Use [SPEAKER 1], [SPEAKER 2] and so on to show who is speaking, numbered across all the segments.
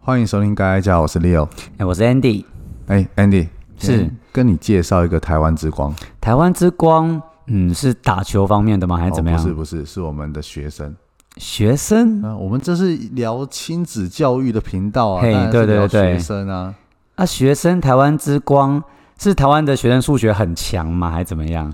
[SPEAKER 1] 欢迎收听《该家》，我是 Leo。
[SPEAKER 2] 哎，我是 Andy。
[SPEAKER 1] 哎、a n d y
[SPEAKER 2] 是
[SPEAKER 1] 跟你介绍一个台湾之光，
[SPEAKER 2] 台湾之光，嗯，是打球方面的吗？还哎是怎么样？
[SPEAKER 1] 哦？不是不是，是我们的学生。
[SPEAKER 2] 学生
[SPEAKER 1] 那、我们这是聊亲子教育的频道啊，
[SPEAKER 2] 嘿
[SPEAKER 1] 当然是
[SPEAKER 2] 对对
[SPEAKER 1] 聊
[SPEAKER 2] 对
[SPEAKER 1] 学生啊。
[SPEAKER 2] 啊，学生，台湾之光是台湾的学生数学很强吗？还是怎么样？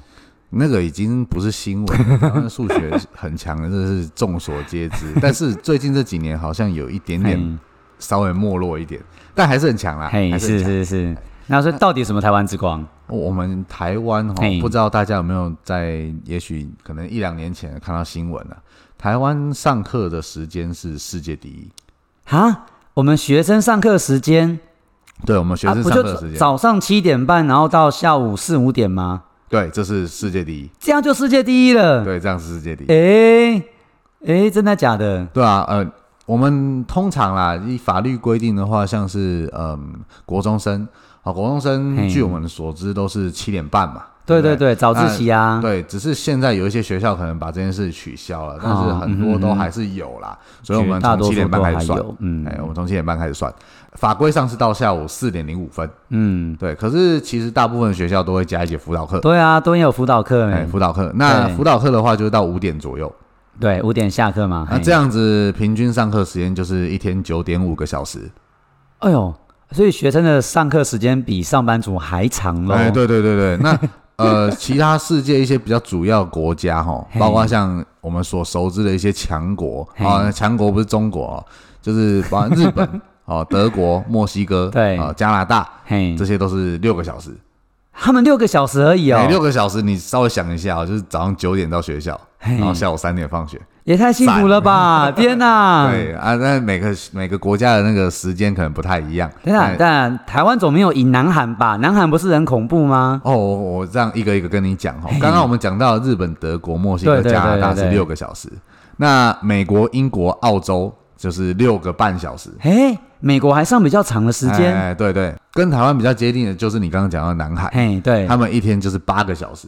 [SPEAKER 1] 那个已经不是新闻 了，台湾数学很强的，这是众所皆知。 但是最近这几年好像有一点点
[SPEAKER 2] 嘿，
[SPEAKER 1] 稍微没落一点，但还是很强啦，啊还
[SPEAKER 2] 嘿，
[SPEAKER 1] 是很
[SPEAKER 2] 是
[SPEAKER 1] 强。
[SPEAKER 2] 是是。那说到底什么台湾之光？
[SPEAKER 1] 我们台湾哈
[SPEAKER 2] 嘿，
[SPEAKER 1] 不知道大家有没有在，也许可能一两年前看到新闻啊，台湾上课的时间是世界第一。
[SPEAKER 2] 哈，我们学生上课时间
[SPEAKER 1] 对，我们学生
[SPEAKER 2] 啊，不
[SPEAKER 1] 上课的时
[SPEAKER 2] 就
[SPEAKER 1] 间，
[SPEAKER 2] 早上七点半，然后到下午四五点吗？
[SPEAKER 1] 对，这是世界第一，
[SPEAKER 2] 这样就世界第一了。
[SPEAKER 1] 对，这样是世界第一。
[SPEAKER 2] 哎哎，真的假的？
[SPEAKER 1] 对啊，呃，我们通常啦，以法律规定的话，像是嗯、国中生，好，国中生
[SPEAKER 2] 嘿
[SPEAKER 1] 据我们所知都是七点半嘛，
[SPEAKER 2] 对
[SPEAKER 1] 不
[SPEAKER 2] 对对，早自
[SPEAKER 1] 那
[SPEAKER 2] 习啊。
[SPEAKER 1] 对，只是现在有一些学校可能把这件事取消了，但是
[SPEAKER 2] 哦
[SPEAKER 1] 很多
[SPEAKER 2] 嗯哼
[SPEAKER 1] 都
[SPEAKER 2] 嗯哼
[SPEAKER 1] 还是有啦，所以我
[SPEAKER 2] 绝
[SPEAKER 1] 们
[SPEAKER 2] 大
[SPEAKER 1] 从
[SPEAKER 2] 多
[SPEAKER 1] 七
[SPEAKER 2] 数
[SPEAKER 1] 点半
[SPEAKER 2] 都
[SPEAKER 1] 开
[SPEAKER 2] 还
[SPEAKER 1] 始算
[SPEAKER 2] 有，嗯
[SPEAKER 1] 哎，我们从七点半开始算，法规上是到下午四点零五分，
[SPEAKER 2] 嗯，
[SPEAKER 1] 对，可是其实大部分学校都会加一节辅导课，
[SPEAKER 2] 对啊，都有辅导课
[SPEAKER 1] 哎，
[SPEAKER 2] 没？
[SPEAKER 1] 辅导课，那
[SPEAKER 2] 对
[SPEAKER 1] 辅导课的话就是到五点左右，
[SPEAKER 2] 对，五点下课嘛。
[SPEAKER 1] 那
[SPEAKER 2] 嘿
[SPEAKER 1] 这，样子平均上课时间就是一天九点五个小时，
[SPEAKER 2] 哎呦，所以学生的上课时间比上班族还长喽。
[SPEAKER 1] 哎，，对对对对，那呃，其他世界一些比较主要国家哈，
[SPEAKER 2] 嘿
[SPEAKER 1] 包括像我们所熟知的一些强国
[SPEAKER 2] 嘿
[SPEAKER 1] 啊，强国不是中国哦，就是包括日本哦、德国、墨西哥、
[SPEAKER 2] 对嗯
[SPEAKER 1] 啊、加拿大，
[SPEAKER 2] 嘿
[SPEAKER 1] 这，些都是六个小时。
[SPEAKER 2] 他们六个小时而已
[SPEAKER 1] 哎
[SPEAKER 2] 哦，
[SPEAKER 1] 六个小时，你稍微想一下哦，就是早上九点到学校，
[SPEAKER 2] 嘿嗯
[SPEAKER 1] 然后下午三点放学。
[SPEAKER 2] 也太辛苦 了吧！天哪！
[SPEAKER 1] 对啊，那每个每个国家的那个时间可能不太一样。
[SPEAKER 2] 等等
[SPEAKER 1] 哎
[SPEAKER 2] 等等，台湾总没有赢南韩吧？南韩不是很恐怖吗？
[SPEAKER 1] 哦，我我这样一个一个跟你 讲哈。
[SPEAKER 2] 嘿
[SPEAKER 1] 刚刚我们讲到日本、德国、墨西哥、
[SPEAKER 2] 对对
[SPEAKER 1] 加拿大
[SPEAKER 2] 对对
[SPEAKER 1] 是
[SPEAKER 2] 对
[SPEAKER 1] 六个小时，那美国、英国、澳洲就是六个半小时。
[SPEAKER 2] 嘿，美国还上比较长的时间。
[SPEAKER 1] 哎，对对，跟台湾比较接近的就是你刚刚讲到南海，
[SPEAKER 2] 嘿，对
[SPEAKER 1] 他们一天就是八个小时，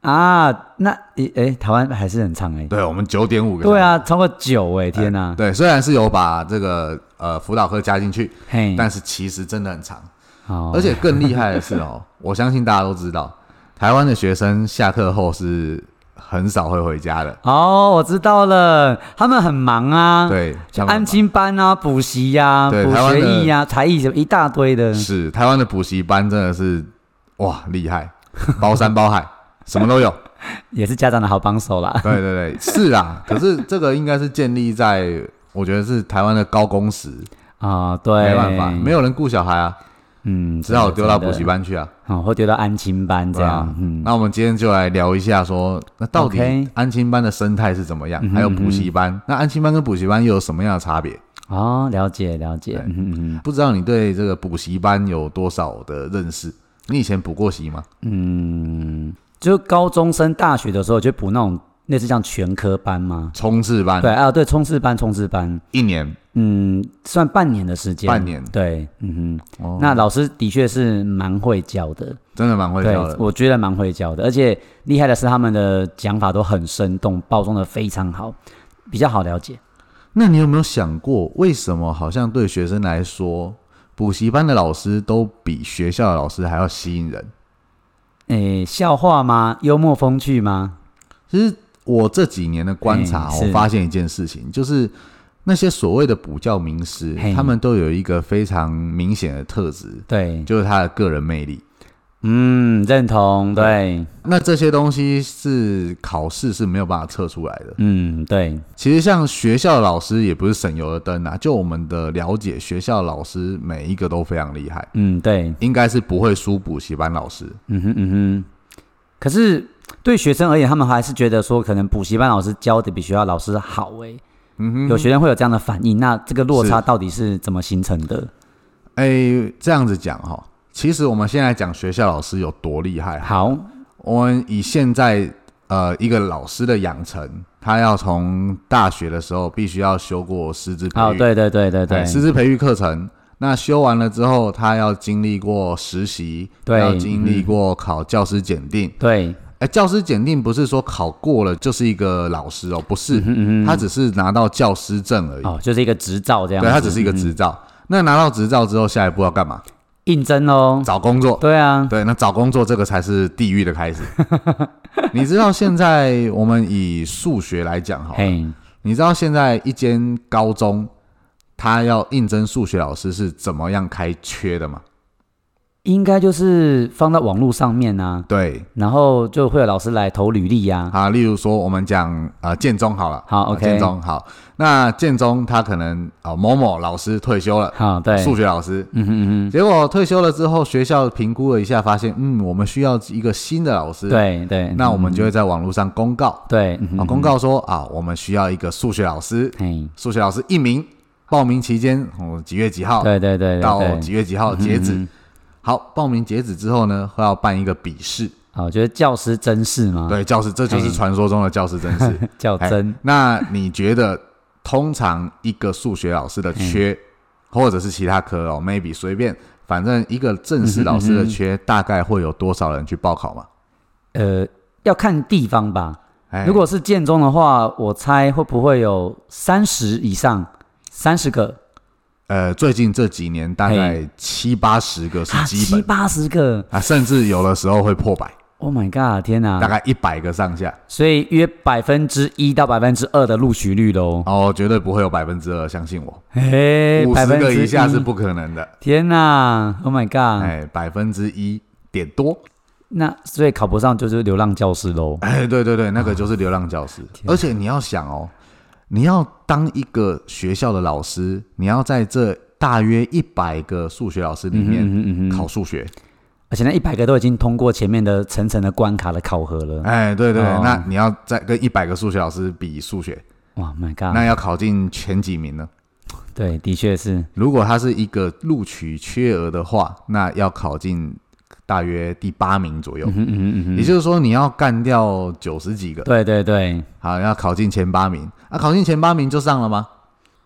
[SPEAKER 2] 啊，那诶诶，台湾还是很长哎。
[SPEAKER 1] 对我们九点五个小时。
[SPEAKER 2] 对啊，超过九哎，天哪！
[SPEAKER 1] 对，虽然是有把这个呃辅导课加进去，
[SPEAKER 2] 嘿，
[SPEAKER 1] 但是其实真的很长。
[SPEAKER 2] 好
[SPEAKER 1] 而，且更厉害的是哦，我相信大家都知道，台湾的学生下课后是很少会回家的。
[SPEAKER 2] 哦，我知道了，他们很忙啊。。
[SPEAKER 1] 对，像我们
[SPEAKER 2] 安亲班啊、补习呀、
[SPEAKER 1] 对
[SPEAKER 2] 补
[SPEAKER 1] 台湾
[SPEAKER 2] 学
[SPEAKER 1] 的
[SPEAKER 2] 艺呀、才艺什么一大堆的。
[SPEAKER 1] 是台湾的补习班真的是哇厉害， 包山包海，什么都 有。
[SPEAKER 2] 也是家长的好帮手啦。
[SPEAKER 1] 对对对，是啊。可是这个应该是建立在我觉得是台湾的高工时，
[SPEAKER 2] 啊、对，
[SPEAKER 1] 没办法，没有人顾小孩啊，
[SPEAKER 2] 嗯，
[SPEAKER 1] 只好丢到补习
[SPEAKER 2] 班，
[SPEAKER 1] 班去啊。
[SPEAKER 2] 哦，或丢到安亲班这
[SPEAKER 1] 对
[SPEAKER 2] 样。
[SPEAKER 1] 啊
[SPEAKER 2] 嗯，
[SPEAKER 1] 那我们今天就来聊一下说，那到底
[SPEAKER 2] OK
[SPEAKER 1] 安亲班的生态是怎么样
[SPEAKER 2] 嗯，哼
[SPEAKER 1] 还有补习班，那安亲班跟补习班又有什么样的差别？
[SPEAKER 2] 哦，了解了解
[SPEAKER 1] 对，
[SPEAKER 2] 嗯哼嗯
[SPEAKER 1] 不知道你对这个补习班有多少的认识？你以前补过习吗？
[SPEAKER 2] 嗯，就高中升大学的时候就补那种类似像全科班吗？
[SPEAKER 1] 冲刺班
[SPEAKER 2] 对啊，对，冲刺班，冲刺班，
[SPEAKER 1] 一年，
[SPEAKER 2] 嗯，算半年的时间，
[SPEAKER 1] 半年
[SPEAKER 2] 对，嗯哼，
[SPEAKER 1] 哦
[SPEAKER 2] 那老师的确是蛮会教的，
[SPEAKER 1] 真的蛮会
[SPEAKER 2] 对
[SPEAKER 1] 教的，。
[SPEAKER 2] 我觉得蛮会教的，而且厉害的是他们的讲法都很生动，包装的非常好，比较好了解。
[SPEAKER 1] 那你有没有想过，为什么好像对学生来说，补习班的老师都比学校的老师还要吸引人？
[SPEAKER 2] 诶，笑话吗？幽默风趣吗？
[SPEAKER 1] 其实我这几年的观察，
[SPEAKER 2] 嗯是
[SPEAKER 1] 我发现一件事情，就是那些所谓的补教名师
[SPEAKER 2] 嘿，
[SPEAKER 1] 他们都有一个非常明显的特质，
[SPEAKER 2] 对，
[SPEAKER 1] 就是他的个人魅力。
[SPEAKER 2] 嗯，认同，对，
[SPEAKER 1] 那这些东西是考试是没有办法测出来的。
[SPEAKER 2] 嗯，对，
[SPEAKER 1] 其实像学校的老师也不是省油的灯啊，就我们的了解，学校的老师每一个都非常厉害。
[SPEAKER 2] 嗯，对，
[SPEAKER 1] 应该是不会输补习班老师。
[SPEAKER 2] 嗯哼，嗯哼。可是对学生而言，他们还是觉得说，可能补习班老师教的比学校老师好，诶，
[SPEAKER 1] 嗯哼，
[SPEAKER 2] 有学生会有这样的反应，那这个落
[SPEAKER 1] 是
[SPEAKER 2] 差到底是怎么形成的？
[SPEAKER 1] 哎、这样子讲哈，其实我们现在讲学校老师有多厉害，啊
[SPEAKER 2] 好，
[SPEAKER 1] 我们以现在呃一个老师的养成，他要从大学的时候必须要修过师资培育，
[SPEAKER 2] 哦，对对对对
[SPEAKER 1] 哎
[SPEAKER 2] 对，
[SPEAKER 1] 师资培育课程。那修完了之后，他要经历过实习，
[SPEAKER 2] 对
[SPEAKER 1] 要经历过考教师检定。
[SPEAKER 2] 对，
[SPEAKER 1] 哎、教师检定不是说考过了就是一个老师哦，不是，
[SPEAKER 2] 嗯哼嗯哼
[SPEAKER 1] 他只是拿到教师证而已。
[SPEAKER 2] 哦，就是一个执照这样子，
[SPEAKER 1] 对，它只是一个执照。那拿到执照之后，下一步要干嘛？
[SPEAKER 2] 应征喽。
[SPEAKER 1] 找工作。
[SPEAKER 2] 哦对啊，
[SPEAKER 1] 对，那找工作这个才是地狱的 开始。你知道现在我们以数学来讲好了，
[SPEAKER 2] 嘿，
[SPEAKER 1] 你知道现在一间高中他要应征数学老师是怎么样开缺的吗？
[SPEAKER 2] 应该就是放到网络上面啊，
[SPEAKER 1] 对，
[SPEAKER 2] 然后就会有老师来投履历呀、
[SPEAKER 1] 啊，例如说我们讲呃建中好了，呃
[SPEAKER 2] 好，OK
[SPEAKER 1] 建中好，那建中他可能呃某某老师退休了，
[SPEAKER 2] 好，对，
[SPEAKER 1] 数学老师，
[SPEAKER 2] 嗯哼嗯
[SPEAKER 1] 结果退休了之后，学校评估了一下，发现嗯我们需要一个新的老师，
[SPEAKER 2] 哼，，对对。
[SPEAKER 1] 那我们
[SPEAKER 2] 嗯
[SPEAKER 1] 就会在网络上公告，
[SPEAKER 2] 对，
[SPEAKER 1] 啊
[SPEAKER 2] 嗯哼，
[SPEAKER 1] 公告说啊我们需要一个数学老师，
[SPEAKER 2] 嘿，
[SPEAKER 1] 数学老师一名，报名期间哦几月几号
[SPEAKER 2] 对对对对
[SPEAKER 1] 到
[SPEAKER 2] 对，嗯
[SPEAKER 1] 几月几号截止。好，报名截止之后呢，会要办一个笔试，
[SPEAKER 2] 哦，就是教师真试嘛，
[SPEAKER 1] 对，教师这就是
[SPEAKER 2] 嘿
[SPEAKER 1] 传说中的教师真 试。
[SPEAKER 2] 教
[SPEAKER 1] 哎
[SPEAKER 2] 真，
[SPEAKER 1] 那你觉得，通常一个数学老师的
[SPEAKER 2] 嗯
[SPEAKER 1] 缺，或者是其他科哦，maybe 随便，反正一个正式老师的
[SPEAKER 2] 嗯
[SPEAKER 1] 缺，大概会有多少人去报考嘛？
[SPEAKER 2] 呃，要看地方吧。
[SPEAKER 1] 哎
[SPEAKER 2] 如果是建中的话，我猜会不会有三十以上，三十个
[SPEAKER 1] 呃，最近这几年大概七八十个是
[SPEAKER 2] 啊，
[SPEAKER 1] 基
[SPEAKER 2] 七
[SPEAKER 1] 本
[SPEAKER 2] 八十个
[SPEAKER 1] 啊，甚至有的时候会破百，
[SPEAKER 2] ，Oh my god，天哪、
[SPEAKER 1] 大概一百个上下
[SPEAKER 2] 所以约百分之一到百分之二的录取率喽。
[SPEAKER 1] 哦，绝对不会有百分之二，相信我，
[SPEAKER 2] 哎，
[SPEAKER 1] 五
[SPEAKER 2] 百
[SPEAKER 1] 十
[SPEAKER 2] 分
[SPEAKER 1] 个
[SPEAKER 2] 之
[SPEAKER 1] 以下是
[SPEAKER 2] 一
[SPEAKER 1] 不可能的，
[SPEAKER 2] 天哪、o h my god，、
[SPEAKER 1] 哎，百分之一点多。
[SPEAKER 2] 那所以考不上就是流浪教师喽。
[SPEAKER 1] 哎，对对对，那
[SPEAKER 2] 啊
[SPEAKER 1] 个就是流浪教师。而且你要想哦，你要当一个学校的老师，你要在这大约一百个数学老师里面
[SPEAKER 2] 嗯嗯嗯，
[SPEAKER 1] 考数学。
[SPEAKER 2] 而且那一百个都已经通过前面的层层的关卡的考核了。
[SPEAKER 1] 哎，对对，
[SPEAKER 2] 哦
[SPEAKER 1] 那你要再跟一百个数学老师比数学，
[SPEAKER 2] 哇，My，Oh
[SPEAKER 1] 那
[SPEAKER 2] God，
[SPEAKER 1] 要考进前几名呢？
[SPEAKER 2] 对，的确是
[SPEAKER 1] 如果它是一个录取缺额的话，那要考进大约第八名左右。
[SPEAKER 2] 嗯嗯嗯嗯，
[SPEAKER 1] 也就是说，你要干掉九十几个，
[SPEAKER 2] 对对对，
[SPEAKER 1] 好，要考进前八名。啊，考进前八名就上了吗？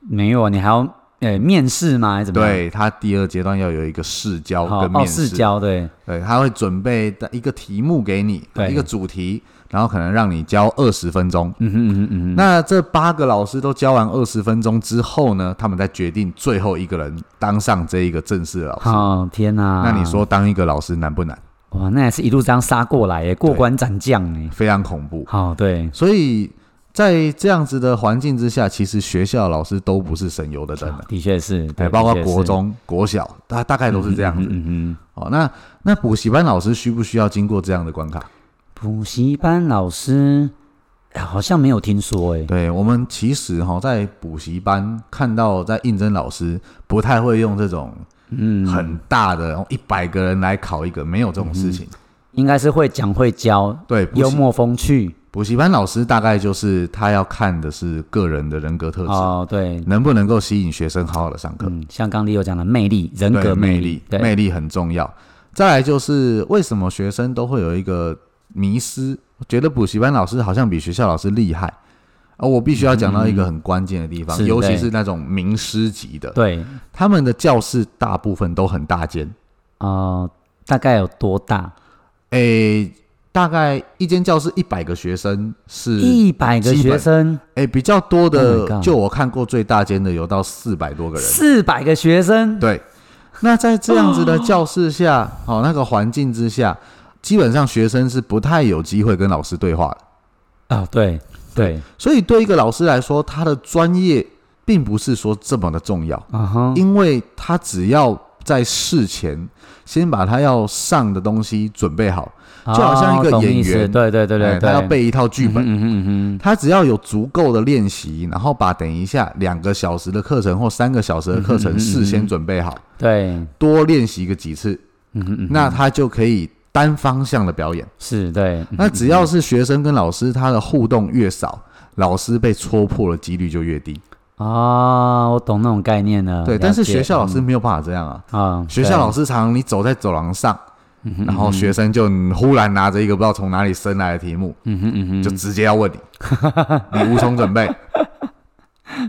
[SPEAKER 2] 没有，你还要呃面试吗？还是怎么样？
[SPEAKER 1] 对他第二阶段要有一个试教
[SPEAKER 2] 好
[SPEAKER 1] 跟
[SPEAKER 2] 哦，
[SPEAKER 1] 面
[SPEAKER 2] 试
[SPEAKER 1] 试，
[SPEAKER 2] 教对，
[SPEAKER 1] 对，他会准备一个题目给你，
[SPEAKER 2] 对
[SPEAKER 1] 一个主题，然后可能让你教二十分钟。
[SPEAKER 2] 嗯哼嗯哼嗯哼，
[SPEAKER 1] 那这八个老师都教完二十分钟之后呢，他们再决定最后一个人当上这一个正式的老师。
[SPEAKER 2] 好天哪、
[SPEAKER 1] 那你说当一个老师难不难？
[SPEAKER 2] 哇，那也是一路这样杀过来耶，过
[SPEAKER 1] 对
[SPEAKER 2] 关斩将哎，
[SPEAKER 1] 非常恐怖。
[SPEAKER 2] 好对，
[SPEAKER 1] 所以在这样子的环境之下，其实学校的老师都不是省油的灯的，
[SPEAKER 2] 的确是，
[SPEAKER 1] 哎，
[SPEAKER 2] 对，
[SPEAKER 1] 包括
[SPEAKER 2] 的确是
[SPEAKER 1] 国中、国小，大大概都是这样子。
[SPEAKER 2] 嗯哼，
[SPEAKER 1] 哦，那那补习班老师需不需要经过这样的关卡？
[SPEAKER 2] 补习班老师哎好像没有听说哎，
[SPEAKER 1] 对我们其实哈，在补习班看到在应征老师，不太会用这种
[SPEAKER 2] 嗯，
[SPEAKER 1] 很大的哦一百个人来考一个，没有这种事
[SPEAKER 2] 嗯
[SPEAKER 1] 情。
[SPEAKER 2] 应该是会讲会教，
[SPEAKER 1] 对，补
[SPEAKER 2] 幽
[SPEAKER 1] 习
[SPEAKER 2] 默风趣
[SPEAKER 1] 补习班老师大概就是他要看的是个人的人格特质，
[SPEAKER 2] 哦，对，
[SPEAKER 1] 能不能够吸引学生好好的上课，
[SPEAKER 2] 嗯，像刚刚 Leo 讲的魅力，人
[SPEAKER 1] 对
[SPEAKER 2] 格
[SPEAKER 1] 魅
[SPEAKER 2] 力，对，
[SPEAKER 1] 魅力很重要。再来就是为什么学生都会有一个迷失，觉得补习班老师好像比学校老师厉害。而我必须要讲到一个很关键的地方，
[SPEAKER 2] 嗯是
[SPEAKER 1] 尤其
[SPEAKER 2] 对
[SPEAKER 1] 是那种名师级的，
[SPEAKER 2] 对，
[SPEAKER 1] 他们的教室大部分都很大间，
[SPEAKER 2] 哦，大概有多大？
[SPEAKER 1] 诶、大概一间教室一百个学生是，
[SPEAKER 2] 一百个
[SPEAKER 1] 基本
[SPEAKER 2] 学生，
[SPEAKER 1] 诶、比较多的
[SPEAKER 2] Oh my god
[SPEAKER 1] 就我看过最大间的有到四百多个人。
[SPEAKER 2] 四百个学生，
[SPEAKER 1] 对，那在这样子的教室下，哦，那个环境之下，基本上学生是不太有机会跟老师对话的。
[SPEAKER 2] 哦，对对，
[SPEAKER 1] 所以对一个老师来说，他的专业并不是说这么的重要。
[SPEAKER 2] 啊哈，
[SPEAKER 1] 因为他只要在事前先把他要上的东西准备好，
[SPEAKER 2] 就
[SPEAKER 1] 好像一个演员
[SPEAKER 2] 对对对
[SPEAKER 1] 哎
[SPEAKER 2] 对，
[SPEAKER 1] 他
[SPEAKER 2] 对
[SPEAKER 1] 要背一套剧本，
[SPEAKER 2] 嗯哼嗯哼
[SPEAKER 1] 他只要有足够的练习，然后把等一下两个小时的课程或三个小时的课
[SPEAKER 2] 嗯哼嗯
[SPEAKER 1] 程
[SPEAKER 2] 哼
[SPEAKER 1] 事先准备好，
[SPEAKER 2] 对，
[SPEAKER 1] 多练习个几次，
[SPEAKER 2] 嗯哼嗯哼，
[SPEAKER 1] 那他就可以单方向的表演。
[SPEAKER 2] 是对，嗯
[SPEAKER 1] 那只要是学生跟老师他的互动越少，老师被戳破的几率就越低。
[SPEAKER 2] 啊，我懂那种概念了。
[SPEAKER 1] 对，
[SPEAKER 2] 哦了
[SPEAKER 1] 但是
[SPEAKER 2] 解
[SPEAKER 1] 学校老师没有办法这样啊。
[SPEAKER 2] 啊，
[SPEAKER 1] 学校老
[SPEAKER 2] 师，
[SPEAKER 1] 师常常你走在走廊上，
[SPEAKER 2] 嗯哼
[SPEAKER 1] 然后学生就忽然拿着一个不知道从哪里伸来的题目，
[SPEAKER 2] 嗯哼嗯哼，
[SPEAKER 1] 就直接要问你，你无从准备。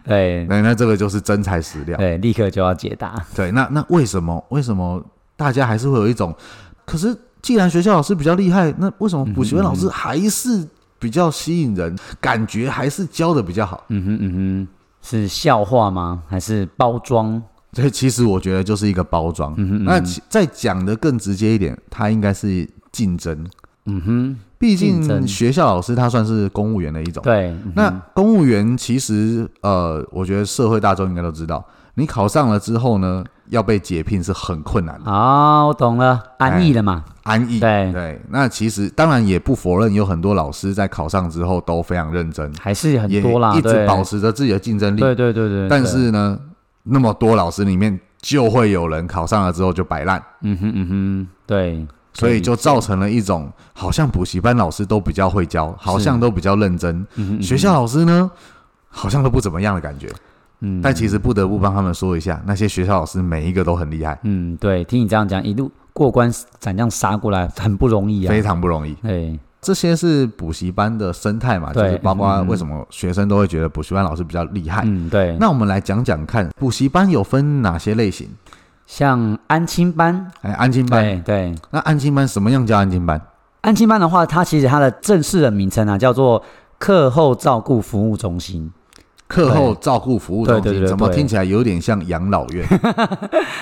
[SPEAKER 2] 对
[SPEAKER 1] 那那这个就是真材实料。
[SPEAKER 2] 对，立刻就要解答。
[SPEAKER 1] 对，那那为什么为什么大家还是会有一种，可是既然学校老师比较厉害，那为
[SPEAKER 2] 嗯
[SPEAKER 1] 什么补习班老师还是比较吸引人，感觉还是教的比较好？
[SPEAKER 2] 嗯哼嗯哼，是笑话吗？还是包装？
[SPEAKER 1] 所以其实我觉得就是一个包装。
[SPEAKER 2] 嗯哼
[SPEAKER 1] 那其再讲的更直接一点，它应该是竞争。
[SPEAKER 2] 嗯哼，
[SPEAKER 1] 毕
[SPEAKER 2] 竞
[SPEAKER 1] 竟
[SPEAKER 2] 争
[SPEAKER 1] 学校老师他算是公务员的一种。
[SPEAKER 2] 对，嗯哼
[SPEAKER 1] 那公务员其实呃，我觉得社会大众应该都知道，你考上了之后呢，要被解聘是很困难的，
[SPEAKER 2] 啊，我懂了，安逸了嘛，
[SPEAKER 1] 哎安逸。
[SPEAKER 2] 对
[SPEAKER 1] 对，那其实当然也不否认，有很多老师在考上之后都非常认真，
[SPEAKER 2] 还是很
[SPEAKER 1] 也
[SPEAKER 2] 多啦，
[SPEAKER 1] 一直
[SPEAKER 2] 对
[SPEAKER 1] 保持着自己的竞争力。
[SPEAKER 2] 对对对对，
[SPEAKER 1] 但
[SPEAKER 2] 对
[SPEAKER 1] 是呢，那么多老师里面就会有人考上了之后就摆烂，
[SPEAKER 2] 嗯哼嗯哼，对，
[SPEAKER 1] 所以就造成了一种好像补习班老师都比较会教，好像都比较认真，
[SPEAKER 2] 嗯
[SPEAKER 1] 学校老师呢好像都不怎么样的感觉。
[SPEAKER 2] 嗯
[SPEAKER 1] 但其实不得不帮他们说一下，那些学校老师每一个都很厉害，
[SPEAKER 2] 嗯对，听你这样讲，一路过关斩将杀过来，很不容易啊
[SPEAKER 1] 非，常不容易。
[SPEAKER 2] 对，
[SPEAKER 1] 这些是补习班的生态嘛，就
[SPEAKER 2] 对
[SPEAKER 1] 是包括
[SPEAKER 2] 嗯嗯
[SPEAKER 1] 为什么学生都会觉得补习班老师比较厉害。
[SPEAKER 2] 嗯对，
[SPEAKER 1] 那我们来讲讲看，补习班有分哪些类型？
[SPEAKER 2] 像安亲班，
[SPEAKER 1] 哎，安亲班，
[SPEAKER 2] 对对，
[SPEAKER 1] 那安亲班什么样叫安亲班？
[SPEAKER 2] 安亲班的话，它其实它的正式的名称啊叫做课后照顾服务中心，
[SPEAKER 1] 课后照顾服务中心，
[SPEAKER 2] 对对对对
[SPEAKER 1] 怎么
[SPEAKER 2] 对
[SPEAKER 1] 听起来有点像养老院？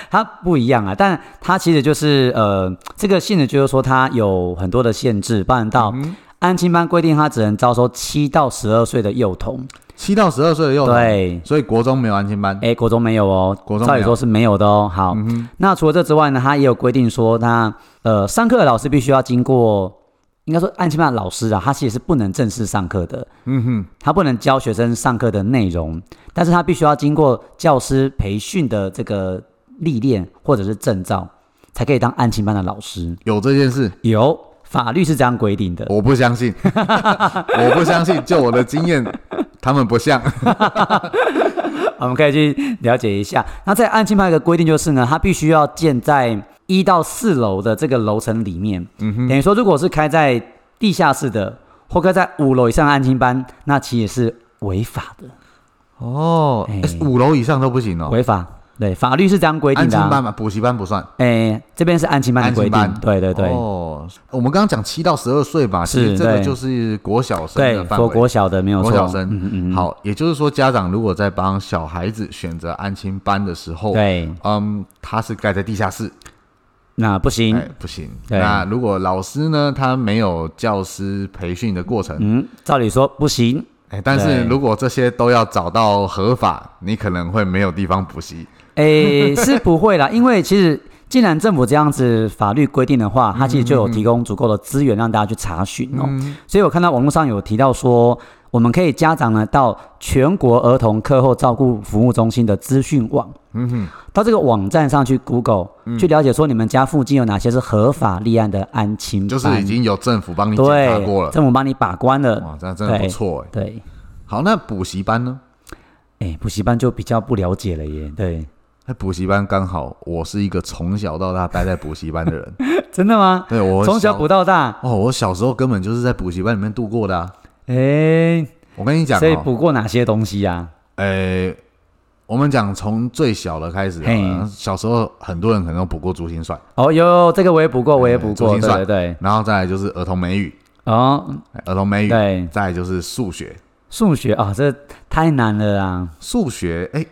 [SPEAKER 2] 它不一样啊，但它其实就是呃，这个性质就是说它有很多的限制，包含
[SPEAKER 1] 嗯
[SPEAKER 2] 到安亲班规定，它只能招收七到十二岁的幼童。
[SPEAKER 1] 七到十二岁的幼童，
[SPEAKER 2] 对，
[SPEAKER 1] 所以国中没有安亲班。
[SPEAKER 2] 哎，国中没有哦，
[SPEAKER 1] 国中没
[SPEAKER 2] 照
[SPEAKER 1] 有嗯
[SPEAKER 2] 理说是没有的哦。好，那除了这之外呢，它也有规定说，那呃，上课的老师必须要经过，应该说安亲班的老师啊，他其实是不能正式上课的，
[SPEAKER 1] 嗯哼，
[SPEAKER 2] 他不能教学生上课的内容，但是他必须要经过教师培训的这个历练或者是证照，才可以当安亲班的老师。
[SPEAKER 1] 有这件事，
[SPEAKER 2] 有法律是这样规定的。
[SPEAKER 1] 我不相信， 我不相信，就我的经验，他们不像。
[SPEAKER 2] 我们可以去了解一下。那在安庆派的规定就是呢，它必须要建在一到四楼的这个楼层里面。
[SPEAKER 1] 嗯
[SPEAKER 2] 等于说，如果是开在地下室的，或开在五楼以上的安庆班，那其实也是违法的，
[SPEAKER 1] 哦，
[SPEAKER 2] 哎
[SPEAKER 1] 诶五楼以上都不行哦。
[SPEAKER 2] 违法。对，法律是这样规定
[SPEAKER 1] 安
[SPEAKER 2] 的、
[SPEAKER 1] 亲班
[SPEAKER 2] 啊。
[SPEAKER 1] 嘛，补习班不算。
[SPEAKER 2] 哎，这边是安庆班的规
[SPEAKER 1] 安亲
[SPEAKER 2] 定
[SPEAKER 1] 班。
[SPEAKER 2] 对对对。
[SPEAKER 1] 哦，我们刚刚讲七到十二岁嘛，其实
[SPEAKER 2] 是
[SPEAKER 1] 这个
[SPEAKER 2] 对
[SPEAKER 1] 就是国小生
[SPEAKER 2] 对
[SPEAKER 1] 的，范
[SPEAKER 2] 国
[SPEAKER 1] 围。
[SPEAKER 2] 国小的没有
[SPEAKER 1] 国
[SPEAKER 2] 错。
[SPEAKER 1] 小生
[SPEAKER 2] 嗯嗯嗯，
[SPEAKER 1] 好，也就是说，家长如果在帮小孩子选择安亲班的时候，
[SPEAKER 2] 对，
[SPEAKER 1] 嗯，他是盖在地下室，
[SPEAKER 2] 那不行。
[SPEAKER 1] 哎，不行。
[SPEAKER 2] 嗯对
[SPEAKER 1] 那如果老师呢，他没有教师培训的过程，
[SPEAKER 2] 嗯，照理说不行。
[SPEAKER 1] 哎，但是
[SPEAKER 2] 对
[SPEAKER 1] 如果这些都要找到合法，你可能会没有地方补习。
[SPEAKER 2] 诶，哎是不会啦，因为其实既然政府这样子法律规定的
[SPEAKER 1] 嗯
[SPEAKER 2] 话，它其实就有提供足够的资源让大家去查询哦。
[SPEAKER 1] 嗯
[SPEAKER 2] 所以我看到网络上有提到说，我们可以家长呢到全国儿童课后照顾服务中心的资讯网，
[SPEAKER 1] 嗯哼，嗯
[SPEAKER 2] 到这个网站上去 Google、去了解说你们家附近有哪些是合法立案的安亲嗯班，
[SPEAKER 1] 就是已经有政府帮你检查过
[SPEAKER 2] 对
[SPEAKER 1] 了，
[SPEAKER 2] 政府帮你把关了，
[SPEAKER 1] 哇，这样真的不错哎。
[SPEAKER 2] 对。
[SPEAKER 1] 好，那补习班呢？
[SPEAKER 2] 哎，补习班就比较不了解了耶， 对，
[SPEAKER 1] 那补习班刚好，我是一个从小到大待在补习班的 人。
[SPEAKER 2] 真的吗？
[SPEAKER 1] 对我
[SPEAKER 2] 从小补到大，
[SPEAKER 1] 哦，我小时候根本就是在补习班里面度过的、啊。
[SPEAKER 2] 哎，
[SPEAKER 1] 我跟你讲、
[SPEAKER 2] 所以
[SPEAKER 1] 哦，
[SPEAKER 2] 补过哪些东西呀、
[SPEAKER 1] 呃，我们讲从最小的开始好了
[SPEAKER 2] 嘿
[SPEAKER 1] 小时候很多人可能都补过珠心算，
[SPEAKER 2] 哦，有有这个我也补过，我也补
[SPEAKER 1] 珠
[SPEAKER 2] 过，
[SPEAKER 1] 心
[SPEAKER 2] 对
[SPEAKER 1] 哎算
[SPEAKER 2] 对对。
[SPEAKER 1] 然后再来就是儿童美语，
[SPEAKER 2] 哦，
[SPEAKER 1] 哎儿童美语，
[SPEAKER 2] 对，
[SPEAKER 1] 再来就是数学，
[SPEAKER 2] 数学啊、哦，这太难了啊！
[SPEAKER 1] 数学，哎，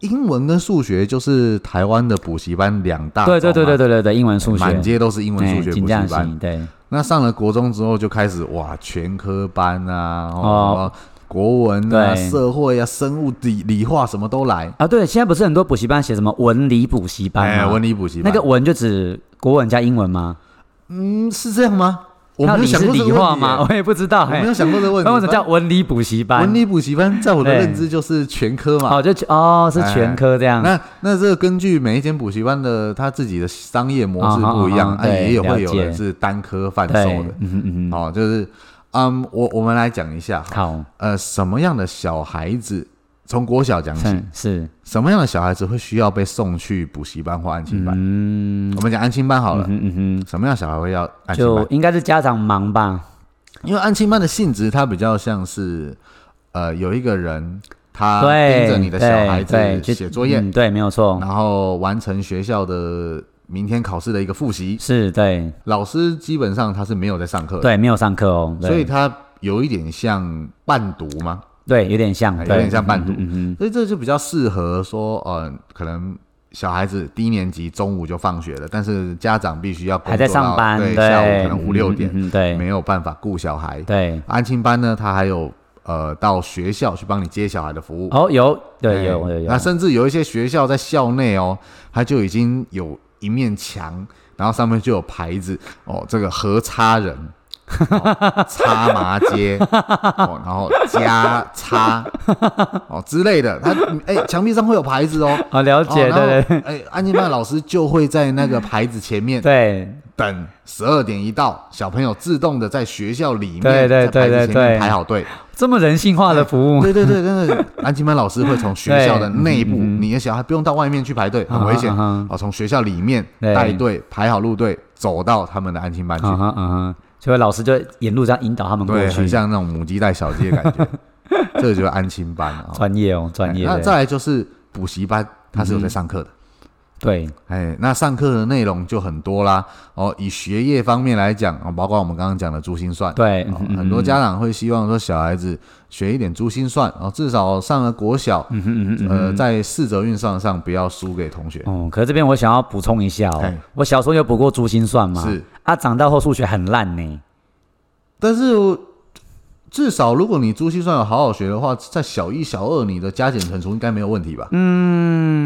[SPEAKER 1] 英文跟数学就是台湾的补习班两大
[SPEAKER 2] 对对对对
[SPEAKER 1] 对，
[SPEAKER 2] 对对对，英文数学，
[SPEAKER 1] 啊满街都是英文数学
[SPEAKER 2] 哎请
[SPEAKER 1] 补
[SPEAKER 2] 假
[SPEAKER 1] 习班。
[SPEAKER 2] 行对，
[SPEAKER 1] 那上了国中之后就开始哇，全科班啊，哦
[SPEAKER 2] 哦，
[SPEAKER 1] 什么国文啊、
[SPEAKER 2] 对
[SPEAKER 1] 社会啊、生物、理理化什么都来。
[SPEAKER 2] 啊对，现在不是很多补习班写什么文理补习班吗？
[SPEAKER 1] 哎，文理补习
[SPEAKER 2] 那
[SPEAKER 1] 班
[SPEAKER 2] 个文就指国文加英文吗？
[SPEAKER 1] 嗯是这样吗？我
[SPEAKER 2] 那
[SPEAKER 1] 没有
[SPEAKER 2] 理
[SPEAKER 1] 想
[SPEAKER 2] 是
[SPEAKER 1] 过这
[SPEAKER 2] 理
[SPEAKER 1] 个
[SPEAKER 2] 化
[SPEAKER 1] 问题
[SPEAKER 2] 吗？
[SPEAKER 1] 耶，
[SPEAKER 2] 我也不知道，
[SPEAKER 1] 我没有
[SPEAKER 2] 嘿
[SPEAKER 1] 想过这个问题。
[SPEAKER 2] 那为什么叫文理补习班？
[SPEAKER 1] 文理补习班？在我的
[SPEAKER 2] 对
[SPEAKER 1] 认知就是全科嘛。哎
[SPEAKER 2] 哦，就哦是全科这样。
[SPEAKER 1] 那那这个根据每一间补习班的他自己的商业模式
[SPEAKER 2] 啊哈
[SPEAKER 1] 不一样，
[SPEAKER 2] 啊哈
[SPEAKER 1] 啊，
[SPEAKER 2] 对
[SPEAKER 1] 也有会有
[SPEAKER 2] 了解
[SPEAKER 1] 人是单科贩
[SPEAKER 2] 对
[SPEAKER 1] 售的，
[SPEAKER 2] 嗯嗯嗯，
[SPEAKER 1] 哦，就是，嗯，我我们来讲一下，
[SPEAKER 2] 好，
[SPEAKER 1] 呃，什么样的小孩子从国小讲起，
[SPEAKER 2] 是是，
[SPEAKER 1] 什么样的小孩子会需要被送去补习班或安亲班？
[SPEAKER 2] 嗯
[SPEAKER 1] 我们讲安亲班好了，
[SPEAKER 2] 嗯嗯
[SPEAKER 1] 什么样的小孩会要安
[SPEAKER 2] 嗯，
[SPEAKER 1] 亲
[SPEAKER 2] 就
[SPEAKER 1] 班？
[SPEAKER 2] 应该是家长忙吧？
[SPEAKER 1] 因为安亲班的性质，它比较像是，呃，有一个人他
[SPEAKER 2] 对，
[SPEAKER 1] 盯着你的小孩
[SPEAKER 2] 对
[SPEAKER 1] 子
[SPEAKER 2] 对
[SPEAKER 1] 写作业，
[SPEAKER 2] 嗯，对，没有错，
[SPEAKER 1] 然后完成学校的明天考试的一个复习。
[SPEAKER 2] 是对
[SPEAKER 1] 老师基本上他是没有在上课的，
[SPEAKER 2] 对，没有上课哦，对
[SPEAKER 1] 所以他有一点像伴读嘛，
[SPEAKER 2] 对有点像，
[SPEAKER 1] 哎有
[SPEAKER 2] 对
[SPEAKER 1] 点像伴读
[SPEAKER 2] 嗯嗯嗯嗯
[SPEAKER 1] 所以这就比较适合说，呃，可能小孩子低年级中午就放学了，但是家长必须要工
[SPEAKER 2] 还在
[SPEAKER 1] 作到
[SPEAKER 2] 上班，
[SPEAKER 1] 对，
[SPEAKER 2] 对，
[SPEAKER 1] 下午可能五六
[SPEAKER 2] 嗯
[SPEAKER 1] 点，
[SPEAKER 2] 嗯嗯对
[SPEAKER 1] 没有办法顾小孩。
[SPEAKER 2] 对。
[SPEAKER 1] 安亲班呢，他还有呃到学校去帮你接小孩的服务。
[SPEAKER 2] 哦，有，对，
[SPEAKER 1] 哎
[SPEAKER 2] 有，有，有
[SPEAKER 1] 那，甚至有一些学校在校内哦，它就已经有一面墙，然后上面就有牌子哦，这个和差人。 哦插麻街，哦，然后加插，哦之类的，它哎墙壁上会有牌子哦，
[SPEAKER 2] 哦，了解，
[SPEAKER 1] 哦、
[SPEAKER 2] 对，
[SPEAKER 1] 对，
[SPEAKER 2] 对，
[SPEAKER 1] 哎，安静班老师就会在那个牌子前面
[SPEAKER 2] 对，
[SPEAKER 1] 等十二点一到，小朋友自动的在学校里面
[SPEAKER 2] 对
[SPEAKER 1] 在
[SPEAKER 2] 对
[SPEAKER 1] 牌子
[SPEAKER 2] 对对
[SPEAKER 1] 前面
[SPEAKER 2] 对
[SPEAKER 1] 排好队。
[SPEAKER 2] 这么人性化的服 务，
[SPEAKER 1] 对对对，真的，安静班老师会从学校的
[SPEAKER 2] 对嗯
[SPEAKER 1] 内部，你的小孩不用到外面去排队，很危险
[SPEAKER 2] 啊哈啊
[SPEAKER 1] 哦。从学校里面
[SPEAKER 2] 对
[SPEAKER 1] 带队排好路队，走到他们的安静班去
[SPEAKER 2] 嗯，哼嗯哼，所以老师就沿路这样引导他们过
[SPEAKER 1] 对，
[SPEAKER 2] 去
[SPEAKER 1] 哦很，像那种母鸡带小鸡的感 觉。这个就是安亲班啊，哦
[SPEAKER 2] 专业哦，专业
[SPEAKER 1] 哎那
[SPEAKER 2] 的，嗯
[SPEAKER 1] 再来就是补习班，它是有在上课的。
[SPEAKER 2] 对，
[SPEAKER 1] 哎，那上课的内容就很多啦。哦，以学业方面来讲，哦，包括我们刚刚讲的珠心算，
[SPEAKER 2] 对
[SPEAKER 1] 哦
[SPEAKER 2] 嗯嗯
[SPEAKER 1] 很多家长会希望说小孩子学一点珠心算，哦，至少上了国小，
[SPEAKER 2] 嗯
[SPEAKER 1] 呃，在四则运算上不要输给同学。
[SPEAKER 2] 哦，可是这边我想要补充一下哦
[SPEAKER 1] 哎，
[SPEAKER 2] 我小时候有补过珠心算嘛，
[SPEAKER 1] 是
[SPEAKER 2] 啊，长大后数学很烂呢，
[SPEAKER 1] 但是我至少如果你珠心算有好好学的话，在小一、小二，你的加减乘除应该没有问题吧？嗯，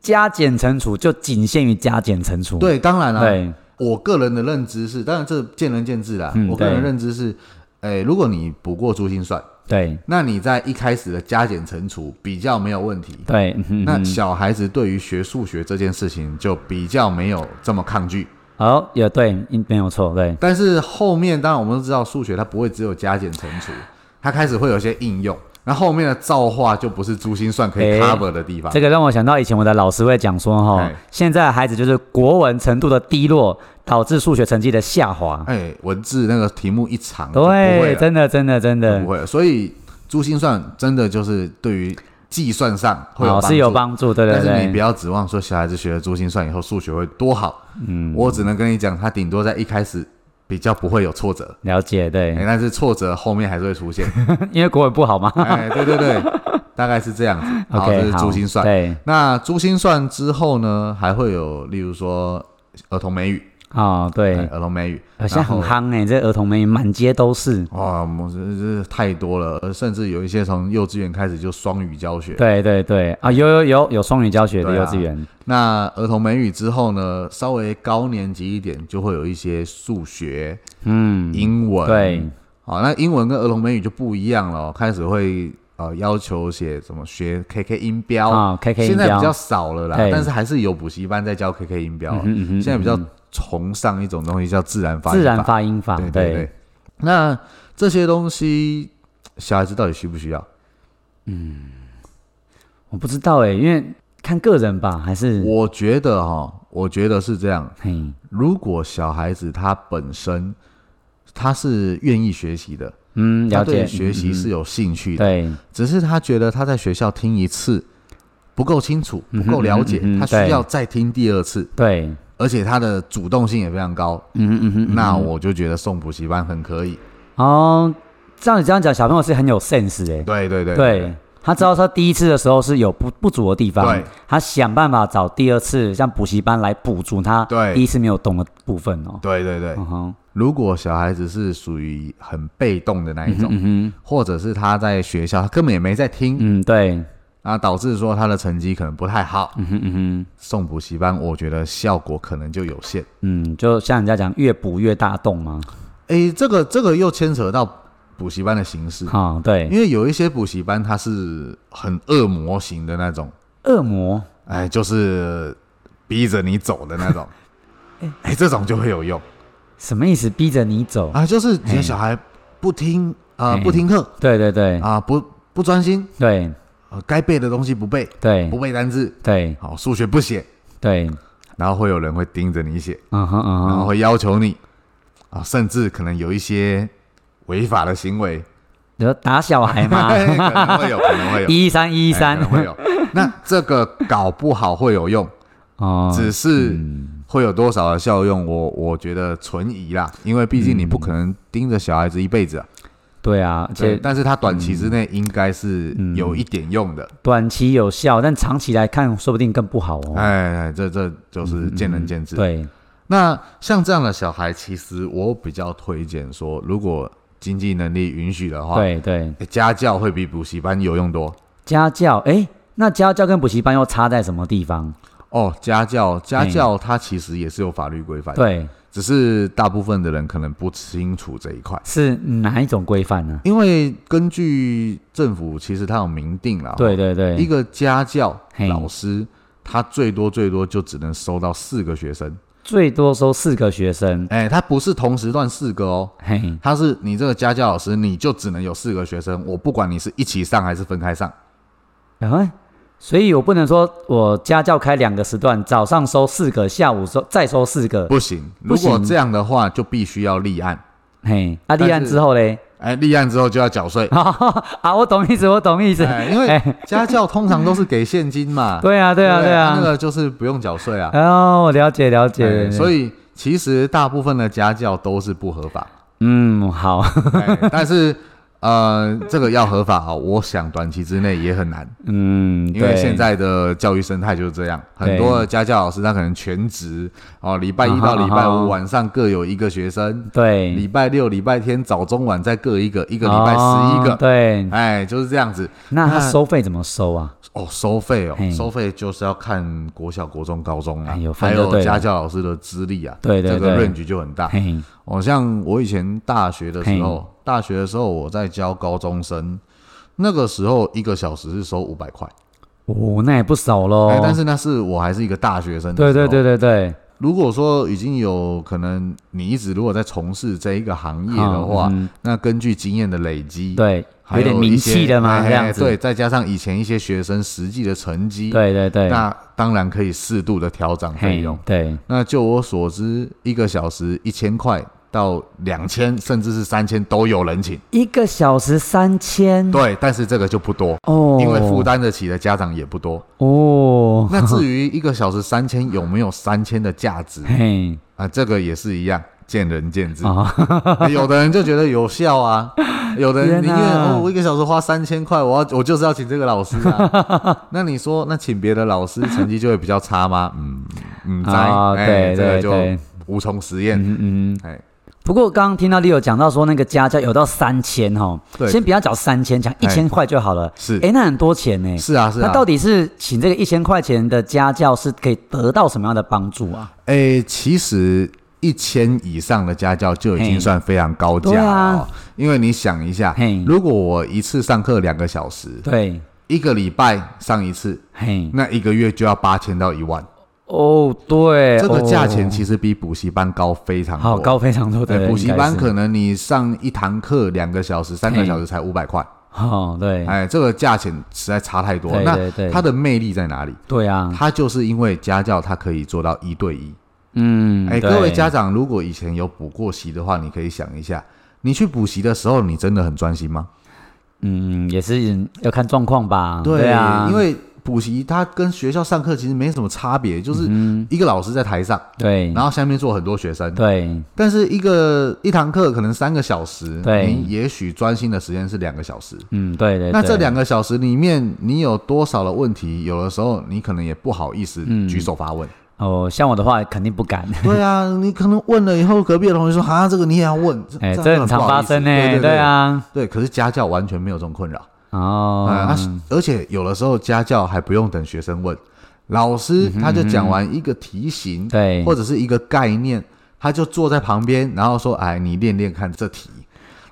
[SPEAKER 2] 加减乘除就仅限于加减乘除，
[SPEAKER 1] 对，啊当然啦、
[SPEAKER 2] 对，
[SPEAKER 1] 我个人的认知是，当然这见仁见智啦。
[SPEAKER 2] 嗯
[SPEAKER 1] 我个人
[SPEAKER 2] 对
[SPEAKER 1] 认知是，哎，如果你补过珠心算。
[SPEAKER 2] 对，
[SPEAKER 1] 那你在一开始的加减乘除比较没有问题。
[SPEAKER 2] 对，嗯哼
[SPEAKER 1] 那小孩子对于学数学这件事情就比较没有这么抗拒，
[SPEAKER 2] 哦，也对，嗯没有错，对，
[SPEAKER 1] 但是后面当然我们都知道数学它不会只有加减乘除，它开始会有一些应用，那后面的造化就不是珠心算可以
[SPEAKER 2] 哎
[SPEAKER 1] cover 的地方。
[SPEAKER 2] 这个让我想到以前我的老师会讲说哈
[SPEAKER 1] 哎，
[SPEAKER 2] 现在的孩子就是国文程度的低落，导致数学成绩的下滑，
[SPEAKER 1] 哎，文字那个题目一长就不会啊
[SPEAKER 2] 对，
[SPEAKER 1] 了，
[SPEAKER 2] 真的，真的，真
[SPEAKER 1] 就
[SPEAKER 2] 的
[SPEAKER 1] 不，会了。所以珠心算真的就是对于计算上会有
[SPEAKER 2] 哦
[SPEAKER 1] 帮
[SPEAKER 2] 是有
[SPEAKER 1] 助。
[SPEAKER 2] 帮助，对对
[SPEAKER 1] 但是你不
[SPEAKER 2] 对，
[SPEAKER 1] 要指望说小孩子学了珠心算以后数学会多好，嗯，我只能跟你讲，他顶多在一开始比较不会有挫折，
[SPEAKER 2] 了解，
[SPEAKER 1] 哎、
[SPEAKER 2] 对，
[SPEAKER 1] 但是挫折后面还是会出现，
[SPEAKER 2] 因为国文不好嘛
[SPEAKER 1] 哎，对对 对，大概是这样子。好，这
[SPEAKER 2] ，OK，
[SPEAKER 1] 是
[SPEAKER 2] 好，
[SPEAKER 1] 珠心算。
[SPEAKER 2] 对，
[SPEAKER 1] 那珠心算之后呢，还会有例如说儿童美语，
[SPEAKER 2] 哦，对
[SPEAKER 1] 哎，儿童美语，
[SPEAKER 2] 呃现在很
[SPEAKER 1] 然后哦
[SPEAKER 2] 夯哎、这儿童美语满街都是。
[SPEAKER 1] 哇，我们这这太多了，呃甚至有一些从幼稚园开始就双语教学。
[SPEAKER 2] 对对对啊，有有有有双语教学的
[SPEAKER 1] 对啊
[SPEAKER 2] 幼稚园，
[SPEAKER 1] 那儿童美语之后呢，稍微高年级一点就会有一些数学、
[SPEAKER 2] 嗯，
[SPEAKER 1] 英文，
[SPEAKER 2] 对，
[SPEAKER 1] 好，那英文跟儿童美语就不一样了哦，开始会呃要求写什么学 KK 音标
[SPEAKER 2] 啊，K K
[SPEAKER 1] 现在比较少了啦，
[SPEAKER 2] 对
[SPEAKER 1] 但是还是有补习班在教 KK 音标、啊现在比较崇尚一种东西叫自然发音
[SPEAKER 2] 嗯自然
[SPEAKER 1] 法，
[SPEAKER 2] 发音法，
[SPEAKER 1] 对对对。那这些东西小孩子到底需不需要？
[SPEAKER 2] 我不知道哎、因为看个人吧，还是
[SPEAKER 1] 我觉得哈，我觉得是这样，
[SPEAKER 2] 嘿，
[SPEAKER 1] 如果小孩子他本身他是愿意学习的，
[SPEAKER 2] 嗯，
[SPEAKER 1] 他
[SPEAKER 2] 了
[SPEAKER 1] 对
[SPEAKER 2] 解，
[SPEAKER 1] 学习是有兴趣
[SPEAKER 2] 嗯
[SPEAKER 1] 的，
[SPEAKER 2] 对，
[SPEAKER 1] 只是他觉得他在学校听一次不够清楚、不够了解，
[SPEAKER 2] 嗯哼嗯哼嗯哼
[SPEAKER 1] 他需要再听第二次，
[SPEAKER 2] 对，
[SPEAKER 1] 而且他的主动性也非常高。
[SPEAKER 2] 嗯哼嗯哼，
[SPEAKER 1] 那我就觉得送补习班很可以。
[SPEAKER 2] 哦，照你这样讲，小朋友是很有 sense 哎、
[SPEAKER 1] 对对对
[SPEAKER 2] 对。他知道他第一次的时候是有不不足的地方
[SPEAKER 1] 对，
[SPEAKER 2] 他想办法找第二次像补习班来补足他
[SPEAKER 1] 对
[SPEAKER 2] 第一次没有懂的部分哦。
[SPEAKER 1] 对对对，
[SPEAKER 2] 嗯哼，
[SPEAKER 1] 如果小孩子是属于很被动的那一种，
[SPEAKER 2] 嗯哼，
[SPEAKER 1] 或者是他在学校他根本也没在听，
[SPEAKER 2] 嗯，对，
[SPEAKER 1] 啊，导致说他的成绩可能不太好，
[SPEAKER 2] 嗯哼嗯哼，
[SPEAKER 1] 送补习班我觉得效果可能就有限。
[SPEAKER 2] 嗯，就像人家讲，越补越大洞嘛。
[SPEAKER 1] 诶，这个这个又牵扯到补习班的形式，
[SPEAKER 2] 啊、对，
[SPEAKER 1] 因为有一些补习班它是很恶魔型的那种，
[SPEAKER 2] 恶魔，
[SPEAKER 1] 哎，就是逼着你走的那种，哎，这种就会有用
[SPEAKER 2] 什么意思？逼着你走？
[SPEAKER 1] 啊，就是你的小孩不听啊、
[SPEAKER 2] 嘿
[SPEAKER 1] 不听课
[SPEAKER 2] 对对对、
[SPEAKER 1] 啊、不不专心，
[SPEAKER 2] 对
[SPEAKER 1] 呃，该背的东西不背，
[SPEAKER 2] 对
[SPEAKER 1] 不背单字，
[SPEAKER 2] 对
[SPEAKER 1] 好，数学不写，
[SPEAKER 2] 对，
[SPEAKER 1] 然后会有人会盯着你写，
[SPEAKER 2] 嗯哼嗯
[SPEAKER 1] 然后
[SPEAKER 2] 哼，
[SPEAKER 1] 会要求你啊，甚至可能有一些违法的行 为，
[SPEAKER 2] 你说打小孩吗？
[SPEAKER 1] 可能会有，可能会有。
[SPEAKER 2] 啊一三一
[SPEAKER 1] 哎
[SPEAKER 2] 三
[SPEAKER 1] 可能，会有。那这个搞不好会有用，
[SPEAKER 2] 哦，
[SPEAKER 1] 只是会有多少的效用，我我觉得存疑啦，因为毕竟你不可能盯着小孩子一辈子啊。
[SPEAKER 2] 对啊，嗯而
[SPEAKER 1] 对，
[SPEAKER 2] 且嗯
[SPEAKER 1] 但是它短期之内应该是有一点用的。
[SPEAKER 2] 短期有效，但长期来看说不定更不好哦。嗯
[SPEAKER 1] 哎，哎这这就是见仁见智。
[SPEAKER 2] 对，
[SPEAKER 1] 那像这样的小孩，其实我比较推荐说，如果经济能力允许的话，
[SPEAKER 2] 对对，
[SPEAKER 1] 哎家教会比补习班有用多。
[SPEAKER 2] 家教，哎，那家教跟补习班又差在什么地方？
[SPEAKER 1] 哦，家教，家
[SPEAKER 2] 哎
[SPEAKER 1] 教它其实也是有法律规范，，
[SPEAKER 2] 对，
[SPEAKER 1] 只是大部分的人可能不清楚这一块。
[SPEAKER 2] 是哪一种规范呢？
[SPEAKER 1] 因为根据政府，其实它有明定了，，
[SPEAKER 2] 对对
[SPEAKER 1] 哦一
[SPEAKER 2] 对，
[SPEAKER 1] 个家教
[SPEAKER 2] 嘿
[SPEAKER 1] 老师，他最多最多就只能收到四个学生，
[SPEAKER 2] 最多收四个学生，
[SPEAKER 1] 哎，他不是同时段四个哦，
[SPEAKER 2] 嘿，
[SPEAKER 1] 他是你这个家教老师，你就只能有四个学生，我不管你是一起上还是分开上，
[SPEAKER 2] 啊，所以我不能说我家教开两个时段，早上收四个，下午收再收四个，
[SPEAKER 1] 不行。
[SPEAKER 2] 不
[SPEAKER 1] 如
[SPEAKER 2] 行
[SPEAKER 1] 果这样的话，就必须要立案，
[SPEAKER 2] 嘿，啊，立
[SPEAKER 1] 但
[SPEAKER 2] 案
[SPEAKER 1] 是
[SPEAKER 2] 之后嘞，，
[SPEAKER 1] 哎，立案之后就要缴税
[SPEAKER 2] 啊，我懂意思，我懂意思，
[SPEAKER 1] 哎，因为
[SPEAKER 2] 哎，
[SPEAKER 1] 家教通常都是给现金嘛，
[SPEAKER 2] 对啊，对啊，
[SPEAKER 1] 不
[SPEAKER 2] 对
[SPEAKER 1] 那
[SPEAKER 2] 啊，
[SPEAKER 1] 个就是不用缴税啊，
[SPEAKER 2] 哦，我了解了解，
[SPEAKER 1] 哎所
[SPEAKER 2] 以，
[SPEAKER 1] 以其实大部分的家教都是不合 法。
[SPEAKER 2] 嗯，好，
[SPEAKER 1] 哎但是呃，这个要合法啊、我想短期之内也很难，
[SPEAKER 2] 嗯，
[SPEAKER 1] 因为
[SPEAKER 2] 对
[SPEAKER 1] 现在的教育生态就是这样，很多的家教老师他可能全职哦，礼拜一到礼拜
[SPEAKER 2] 啊哈啊哈
[SPEAKER 1] 五晚上各有一个学生，礼
[SPEAKER 2] 对，
[SPEAKER 1] 拜六、礼拜天早中晚再各一个，一
[SPEAKER 2] 一
[SPEAKER 1] 个礼拜十一个。
[SPEAKER 2] 哦对，
[SPEAKER 1] 哎，就是这样子
[SPEAKER 2] 那他
[SPEAKER 1] 那
[SPEAKER 2] 收费怎么收啊？
[SPEAKER 1] 哦，收费哦
[SPEAKER 2] 嘿，
[SPEAKER 1] 收费就是要看国小、国中、高中啊
[SPEAKER 2] 哎有，分
[SPEAKER 1] 还
[SPEAKER 2] 就对
[SPEAKER 1] 有
[SPEAKER 2] 了
[SPEAKER 1] 家教老师的资历啊，
[SPEAKER 2] 对对
[SPEAKER 1] 这个
[SPEAKER 2] 对
[SPEAKER 1] range 就很大。
[SPEAKER 2] 嘿，
[SPEAKER 1] 哦，像我以前大学的时候，大学的时候我在教高中生，那个时候一个小时是收五百块，
[SPEAKER 2] 哦，那也不少
[SPEAKER 1] 哎、
[SPEAKER 2] 喽。
[SPEAKER 1] 但是那是我还是一个大学生。
[SPEAKER 2] 对对对，对对，
[SPEAKER 1] 如果说已经有可能，你一直如果在从事这一个行业的话，
[SPEAKER 2] 嗯
[SPEAKER 1] 那根据经验的累积，
[SPEAKER 2] 对，
[SPEAKER 1] 还
[SPEAKER 2] 有
[SPEAKER 1] 有
[SPEAKER 2] 点名
[SPEAKER 1] 一些
[SPEAKER 2] 气的嘛，
[SPEAKER 1] 哎
[SPEAKER 2] 这样子。
[SPEAKER 1] 对，再加上以前一些学生实际的成绩，，
[SPEAKER 2] 对对对，
[SPEAKER 1] 那当然可以适度的调整费
[SPEAKER 2] 嘿
[SPEAKER 1] 用。
[SPEAKER 2] 对，
[SPEAKER 1] 那就我所知，一个小时一千块到两千，甚至是三千都有人请。
[SPEAKER 2] 一个小时三千，
[SPEAKER 1] 对，但是这个就不多，
[SPEAKER 2] 嗯哦，
[SPEAKER 1] 因为负担得起的家长也不多。
[SPEAKER 2] 哦，
[SPEAKER 1] 那至于一个小时三千有没有三千的价值
[SPEAKER 2] 嘿
[SPEAKER 1] 啊？这个也是一样，见仁见智。
[SPEAKER 2] 啊，
[SPEAKER 1] 有的人就觉得有效啊，有的人宁
[SPEAKER 2] 天
[SPEAKER 1] 愿
[SPEAKER 2] 哪
[SPEAKER 1] 哦，我一个小时花三千块，我要我就是要请这个老师啊。 那你说，那请别的老师成绩就会比较差吗？嗯嗯，在、
[SPEAKER 2] 啊
[SPEAKER 1] 哎，
[SPEAKER 2] 对
[SPEAKER 1] 这个
[SPEAKER 2] 对对
[SPEAKER 1] 就无从实验。
[SPEAKER 2] 嗯嗯。
[SPEAKER 1] 哎，
[SPEAKER 2] 不过刚刚听到 Leo 讲到说那个家教有到三千哦，
[SPEAKER 1] 对哎
[SPEAKER 2] 先不要讲三千，讲一千块就好了。
[SPEAKER 1] 是
[SPEAKER 2] 哎，那很多钱呢。
[SPEAKER 1] 是啊是啊。
[SPEAKER 2] 那到底是请这个一千块钱的家教是可以得到什么样的帮助啊？
[SPEAKER 1] 诶、哎其实一千以上的家教就已
[SPEAKER 2] 嘿
[SPEAKER 1] 经算非常高价
[SPEAKER 2] 对
[SPEAKER 1] 了、
[SPEAKER 2] 啊
[SPEAKER 1] 哦因为你想一下
[SPEAKER 2] 嘿，
[SPEAKER 1] 如果我一次上课两个小时，
[SPEAKER 2] 对，
[SPEAKER 1] 一个礼拜上一次，
[SPEAKER 2] 嘿，
[SPEAKER 1] 那一个月就要八千到一万，
[SPEAKER 2] 哦，对，
[SPEAKER 1] 这个价钱
[SPEAKER 2] 哦
[SPEAKER 1] 其实比补习班高非常多。
[SPEAKER 2] 好高非常多
[SPEAKER 1] 对
[SPEAKER 2] 的
[SPEAKER 1] 补习班可
[SPEAKER 2] 能
[SPEAKER 1] 能你上一堂课两个小时、三个
[SPEAKER 2] 嘿
[SPEAKER 1] 小时才五百块，
[SPEAKER 2] 哦，对，
[SPEAKER 1] 哎，这个价钱实在差太多。
[SPEAKER 2] 对
[SPEAKER 1] 那
[SPEAKER 2] 对对
[SPEAKER 1] 它的魅力在哪里？
[SPEAKER 2] 对啊，
[SPEAKER 1] 它就是因为家教，它可以做到一对一。
[SPEAKER 2] 嗯，
[SPEAKER 1] 哎、
[SPEAKER 2] 对
[SPEAKER 1] 各位家长，如果以前有补过习的话，你可以想一下，你去补习的时候，你真的很专心吗？
[SPEAKER 2] 嗯，也是要看状况吧，啊，
[SPEAKER 1] 因为补习它跟学校上课其实没什么差别，就是
[SPEAKER 2] 嗯
[SPEAKER 1] 一个老师在台上，
[SPEAKER 2] 对
[SPEAKER 1] 然后下面坐很多学生。
[SPEAKER 2] 对
[SPEAKER 1] 但是一个一堂课可能三个小时，
[SPEAKER 2] 对
[SPEAKER 1] 你也许专心的时间是两个小时。
[SPEAKER 2] 嗯对对，
[SPEAKER 1] 那这
[SPEAKER 2] 对
[SPEAKER 1] 两个小时里面，你有多少的问题？有的时候你可能也不好意思
[SPEAKER 2] 嗯
[SPEAKER 1] 举手发问。
[SPEAKER 2] 哦，像我的话肯定不敢，
[SPEAKER 1] 对啊，你可能问了以后，隔壁的同学说：“啊，这个你也要问。这”
[SPEAKER 2] 哎，
[SPEAKER 1] 样
[SPEAKER 2] 这
[SPEAKER 1] 就
[SPEAKER 2] 很
[SPEAKER 1] 不
[SPEAKER 2] 常
[SPEAKER 1] 好
[SPEAKER 2] 发
[SPEAKER 1] 意思
[SPEAKER 2] 生
[SPEAKER 1] 对
[SPEAKER 2] 呢，
[SPEAKER 1] 对
[SPEAKER 2] 对啊，
[SPEAKER 1] 对，可是家教完全没有这种困扰啊、
[SPEAKER 2] 哦
[SPEAKER 1] 啊，而且有的时候家教还不用等学生问，老师
[SPEAKER 2] 嗯
[SPEAKER 1] 他就讲完一个题型，
[SPEAKER 2] 对
[SPEAKER 1] 或者是一个概念，他就坐在旁边，然后说：“哎，你练练看这题。”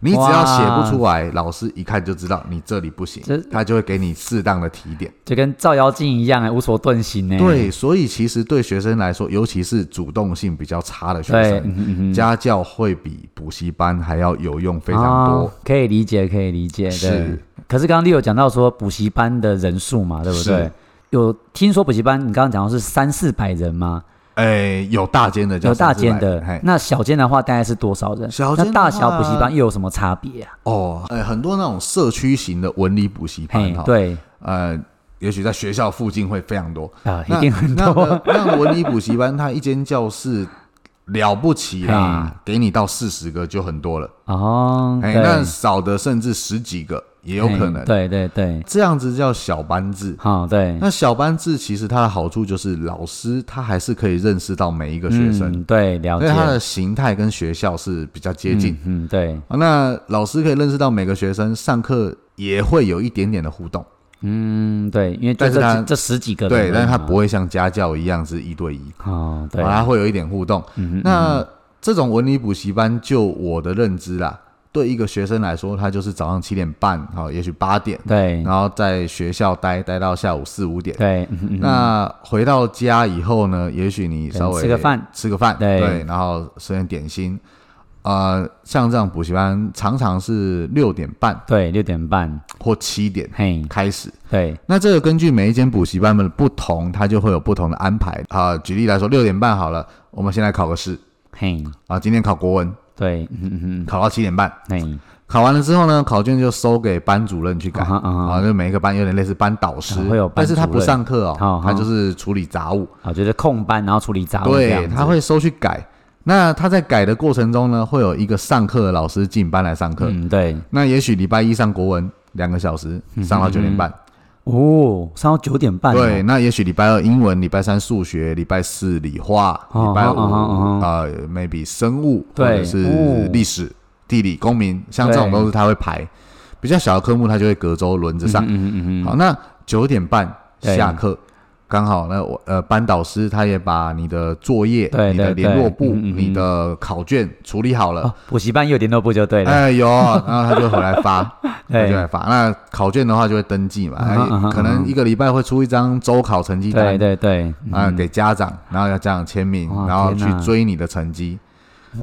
[SPEAKER 1] 你只要写不出来，老师一看就知道你这里不行
[SPEAKER 2] 这，
[SPEAKER 1] 他就会给你适当的提点。
[SPEAKER 2] 就跟照妖镜一样，哎，无所遁形呢，
[SPEAKER 1] 对，所以其实对学生来说，尤其是主动性比较差的学
[SPEAKER 2] 对，嗯
[SPEAKER 1] 生，
[SPEAKER 2] 嗯嗯
[SPEAKER 1] 家教会比补习班还要有用非常多。
[SPEAKER 2] 哦可以理解，可以理解，对
[SPEAKER 1] 是。
[SPEAKER 2] 可是刚刚 Leo 讲到说补习班的人数嘛，对不对
[SPEAKER 1] 是？
[SPEAKER 2] 有听说补习班，你刚刚讲到是三四百人吗？
[SPEAKER 1] 哎，有大间的，
[SPEAKER 2] 有大间
[SPEAKER 1] 的
[SPEAKER 2] 的，
[SPEAKER 1] 嘿，
[SPEAKER 2] 那小间的话大概是多少人？
[SPEAKER 1] 小间
[SPEAKER 2] 那
[SPEAKER 1] 的
[SPEAKER 2] 大小
[SPEAKER 1] 话
[SPEAKER 2] 补习班又有什么差别啊？
[SPEAKER 1] 哦，哎，很多那种社区型的文理补习班
[SPEAKER 2] 嘿
[SPEAKER 1] 哈，，，
[SPEAKER 2] 对
[SPEAKER 1] 呃，也许在学校附近会非常多，
[SPEAKER 2] 啊，
[SPEAKER 1] 那
[SPEAKER 2] 一定很
[SPEAKER 1] 那
[SPEAKER 2] 多。
[SPEAKER 1] 个那个文理补习班，它一间教室了不起啦，给你到四十个就很多了。
[SPEAKER 2] 哦，
[SPEAKER 1] 哎、
[SPEAKER 2] 啊对
[SPEAKER 1] 那少的甚至十几个也有可能
[SPEAKER 2] 嘿。对对对，
[SPEAKER 1] 这样子叫小班制。
[SPEAKER 2] 好对，
[SPEAKER 1] 那小班制其实它的好处就是，老师他还是可以认识到每一个学生，
[SPEAKER 2] 嗯对了
[SPEAKER 1] 所
[SPEAKER 2] 解
[SPEAKER 1] 以，它的形态跟学校是比较接近。
[SPEAKER 2] 嗯嗯对，
[SPEAKER 1] 啊，那老师可以认识到每个学生，上课也会有一点点的互动，
[SPEAKER 2] 嗯对，因为就
[SPEAKER 1] 但是
[SPEAKER 2] 这
[SPEAKER 1] 他
[SPEAKER 2] 几这十几个人
[SPEAKER 1] 对，但是他
[SPEAKER 2] 嘛
[SPEAKER 1] 不会像家教一样是一对一，
[SPEAKER 2] 哦对嗯
[SPEAKER 1] 啊，他会有一点互动。那这种文理补习班，就我的认知啦，对一个学生来说，他就是早上七点半，好，也许八点，
[SPEAKER 2] 对
[SPEAKER 1] 然后在学校待待到下午四五点。
[SPEAKER 2] 对，嗯嗯
[SPEAKER 1] 那回到家以后呢，也许你稍微
[SPEAKER 2] 吃个饭，
[SPEAKER 1] 吃个饭，
[SPEAKER 2] 对
[SPEAKER 1] 对，然后吃点点心。呃，像这样补习班常常是六点半
[SPEAKER 2] 对六点半，
[SPEAKER 1] 或七点
[SPEAKER 2] 嘿
[SPEAKER 1] 开始。
[SPEAKER 2] 对
[SPEAKER 1] 那这个根据每一间补习班的不同，它就会有不同的安排啊、举例来说，六点半好了，我们先来考个试
[SPEAKER 2] 嘿
[SPEAKER 1] 啊、今天考国文，
[SPEAKER 2] 对，嗯嗯嗯
[SPEAKER 1] 考到七点半，
[SPEAKER 2] 嘿
[SPEAKER 1] 考完了之后呢，考卷就收给班主任去改
[SPEAKER 2] 啊哈啊哈
[SPEAKER 1] 啊，就每一个班有点类似班导师
[SPEAKER 2] 啊，会有班
[SPEAKER 1] 但是他
[SPEAKER 2] 主
[SPEAKER 1] 不
[SPEAKER 2] 任
[SPEAKER 1] 上课
[SPEAKER 2] 哦
[SPEAKER 1] 哦，他
[SPEAKER 2] 哦
[SPEAKER 1] 就是处理杂物，
[SPEAKER 2] 啊就是空班然后处理杂物这样
[SPEAKER 1] 对，
[SPEAKER 2] 子，
[SPEAKER 1] 他会收去改。那他在改的过程中呢，会有一个上课的老师进班来上课。
[SPEAKER 2] 嗯对
[SPEAKER 1] 那也许礼拜一上国文两个小时，
[SPEAKER 2] 嗯
[SPEAKER 1] 上到九点半。
[SPEAKER 2] 哦上到九点半哦
[SPEAKER 1] 对，那也许礼拜二英文，礼拜三数学，礼拜四理化，
[SPEAKER 2] 哦
[SPEAKER 1] 礼拜五
[SPEAKER 2] 哦哦哦
[SPEAKER 1] 呃 maybe 生物或
[SPEAKER 2] 对
[SPEAKER 1] 者是
[SPEAKER 2] 哦
[SPEAKER 1] 历史、地理、公民，像这种
[SPEAKER 2] 对
[SPEAKER 1] 都是他会排。比较小的科目，他就会隔周轮着上。
[SPEAKER 2] 嗯嗯嗯嗯
[SPEAKER 1] 好，那九点半
[SPEAKER 2] 对
[SPEAKER 1] 下课，刚好呢，我呃班导师他也把你的作业、
[SPEAKER 2] 对
[SPEAKER 1] 你的
[SPEAKER 2] 对
[SPEAKER 1] 联络
[SPEAKER 2] 对
[SPEAKER 1] 簿、
[SPEAKER 2] 嗯嗯嗯
[SPEAKER 1] 你的考卷处理好了
[SPEAKER 2] 哦。补习班又有点都不就对了，
[SPEAKER 1] 哎，有，然后他就回来发，他就
[SPEAKER 2] 对
[SPEAKER 1] 来发。那考卷的话就会登记嘛，
[SPEAKER 2] 嗯哼嗯
[SPEAKER 1] 哎
[SPEAKER 2] 哼
[SPEAKER 1] 可能一个礼拜会出一张周考成绩
[SPEAKER 2] 对
[SPEAKER 1] 单，
[SPEAKER 2] 对对，
[SPEAKER 1] 啊，给家长，然后要家长签名
[SPEAKER 2] 嗯哇，
[SPEAKER 1] 然后去
[SPEAKER 2] 天哪
[SPEAKER 1] 追你的成绩。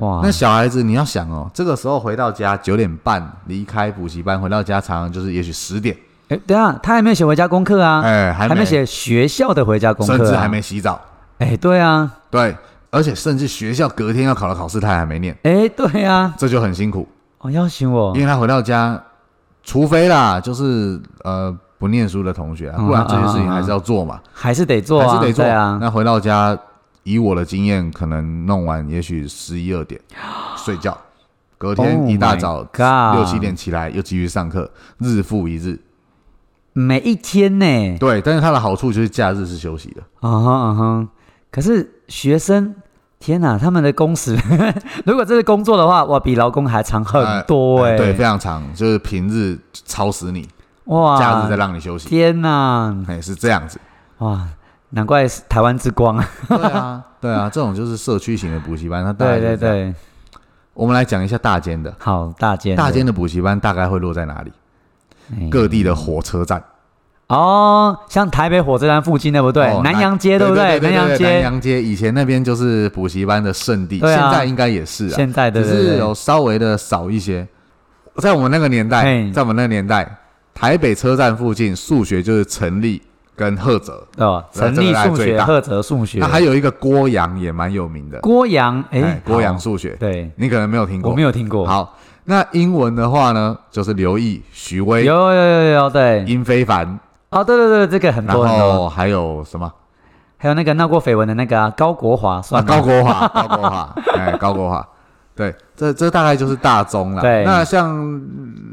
[SPEAKER 2] 哇
[SPEAKER 1] 那小孩子你要想哦，这个时候回到家九点半离开补习班，回到家常常就是也许十点，
[SPEAKER 2] 哎等一下他还没有写回家功课啊，
[SPEAKER 1] 哎，还
[SPEAKER 2] 还
[SPEAKER 1] 没
[SPEAKER 2] 没，写学校的回家功课啊，
[SPEAKER 1] 甚至还没洗澡。
[SPEAKER 2] 哎对啊
[SPEAKER 1] 对，而且甚至学校隔天要考的考试他还没念，
[SPEAKER 2] 哎对啊，
[SPEAKER 1] 这就很辛苦，
[SPEAKER 2] 哦邀请我
[SPEAKER 1] 因为他回到家，除非啦，就是呃不念书的同学啊，
[SPEAKER 2] 嗯
[SPEAKER 1] 不然这些事情还是要做嘛，
[SPEAKER 2] 还是得做啊，
[SPEAKER 1] 还是得做
[SPEAKER 2] 对啊，
[SPEAKER 1] 那回到家，以我的经验，可能弄完也许十一二点 睡觉，隔天
[SPEAKER 2] Oh
[SPEAKER 1] 一大早
[SPEAKER 2] my god
[SPEAKER 1] 六七点起来又继续上课，日复一日。
[SPEAKER 2] 每一天呢，
[SPEAKER 1] 对，但是它的好处就是假日是休息的，
[SPEAKER 2] 啊哈啊哈！可是学生，天哪，他们的工时， 如果这是工作的话，哇，比劳工还长很多哎、
[SPEAKER 1] 呃对，非常长，就是平日超死你，
[SPEAKER 2] 哇，
[SPEAKER 1] 假日再让你休息，
[SPEAKER 2] 天哪，
[SPEAKER 1] 哎，是这样子。
[SPEAKER 2] 哇，难怪是台湾之光 啊！
[SPEAKER 1] 对啊，对啊，这种就是社区型的补习班，它大概
[SPEAKER 2] 对
[SPEAKER 1] 就是
[SPEAKER 2] 对
[SPEAKER 1] 这样。
[SPEAKER 2] 对，
[SPEAKER 1] 我们来讲一下大间的，
[SPEAKER 2] 好大间的
[SPEAKER 1] 大间的补习班大概会落在哪里？
[SPEAKER 2] 哎
[SPEAKER 1] 各地的火车站，
[SPEAKER 2] 哦，像台北火车站附近对不对？
[SPEAKER 1] 哦
[SPEAKER 2] 南洋街
[SPEAKER 1] 对
[SPEAKER 2] 不
[SPEAKER 1] 对？
[SPEAKER 2] 南
[SPEAKER 1] 对
[SPEAKER 2] 洋
[SPEAKER 1] 对
[SPEAKER 2] 街
[SPEAKER 1] 南洋街以前那边就是补习班的圣地，
[SPEAKER 2] 对
[SPEAKER 1] 现
[SPEAKER 2] 啊
[SPEAKER 1] 在应该也是啊，
[SPEAKER 2] 现在的
[SPEAKER 1] 只是有稍微的少一些。在我们那个年代，
[SPEAKER 2] 嘿
[SPEAKER 1] 在我们那个年代，台北车站附近数学就是陈立跟赫哲，
[SPEAKER 2] 哦，成
[SPEAKER 1] 这个
[SPEAKER 2] 立
[SPEAKER 1] 来
[SPEAKER 2] 数
[SPEAKER 1] 最
[SPEAKER 2] 学、
[SPEAKER 1] 大
[SPEAKER 2] 赫哲数学
[SPEAKER 1] 那，还有一个郭阳也蛮有名的，
[SPEAKER 2] 郭阳哎
[SPEAKER 1] 哎，，郭阳
[SPEAKER 2] 好
[SPEAKER 1] 数学，
[SPEAKER 2] 对，
[SPEAKER 1] 你可能没有听
[SPEAKER 2] 我
[SPEAKER 1] 过
[SPEAKER 2] 没。有听过，
[SPEAKER 1] 好，那英文的话呢，就是刘毅、徐
[SPEAKER 2] 有
[SPEAKER 1] 威、
[SPEAKER 2] 有有有对，
[SPEAKER 1] 殷非凡，
[SPEAKER 2] 哦对对对，这个很
[SPEAKER 1] 然
[SPEAKER 2] 多很多。
[SPEAKER 1] 后还有什么？
[SPEAKER 2] 还有那个闹过绯闻的那个、啊、高国华
[SPEAKER 1] 啊，
[SPEAKER 2] 算吗、
[SPEAKER 1] 高国华，高国华， 哎，高国华，对，这这大概就是大宗了。
[SPEAKER 2] 对
[SPEAKER 1] 那像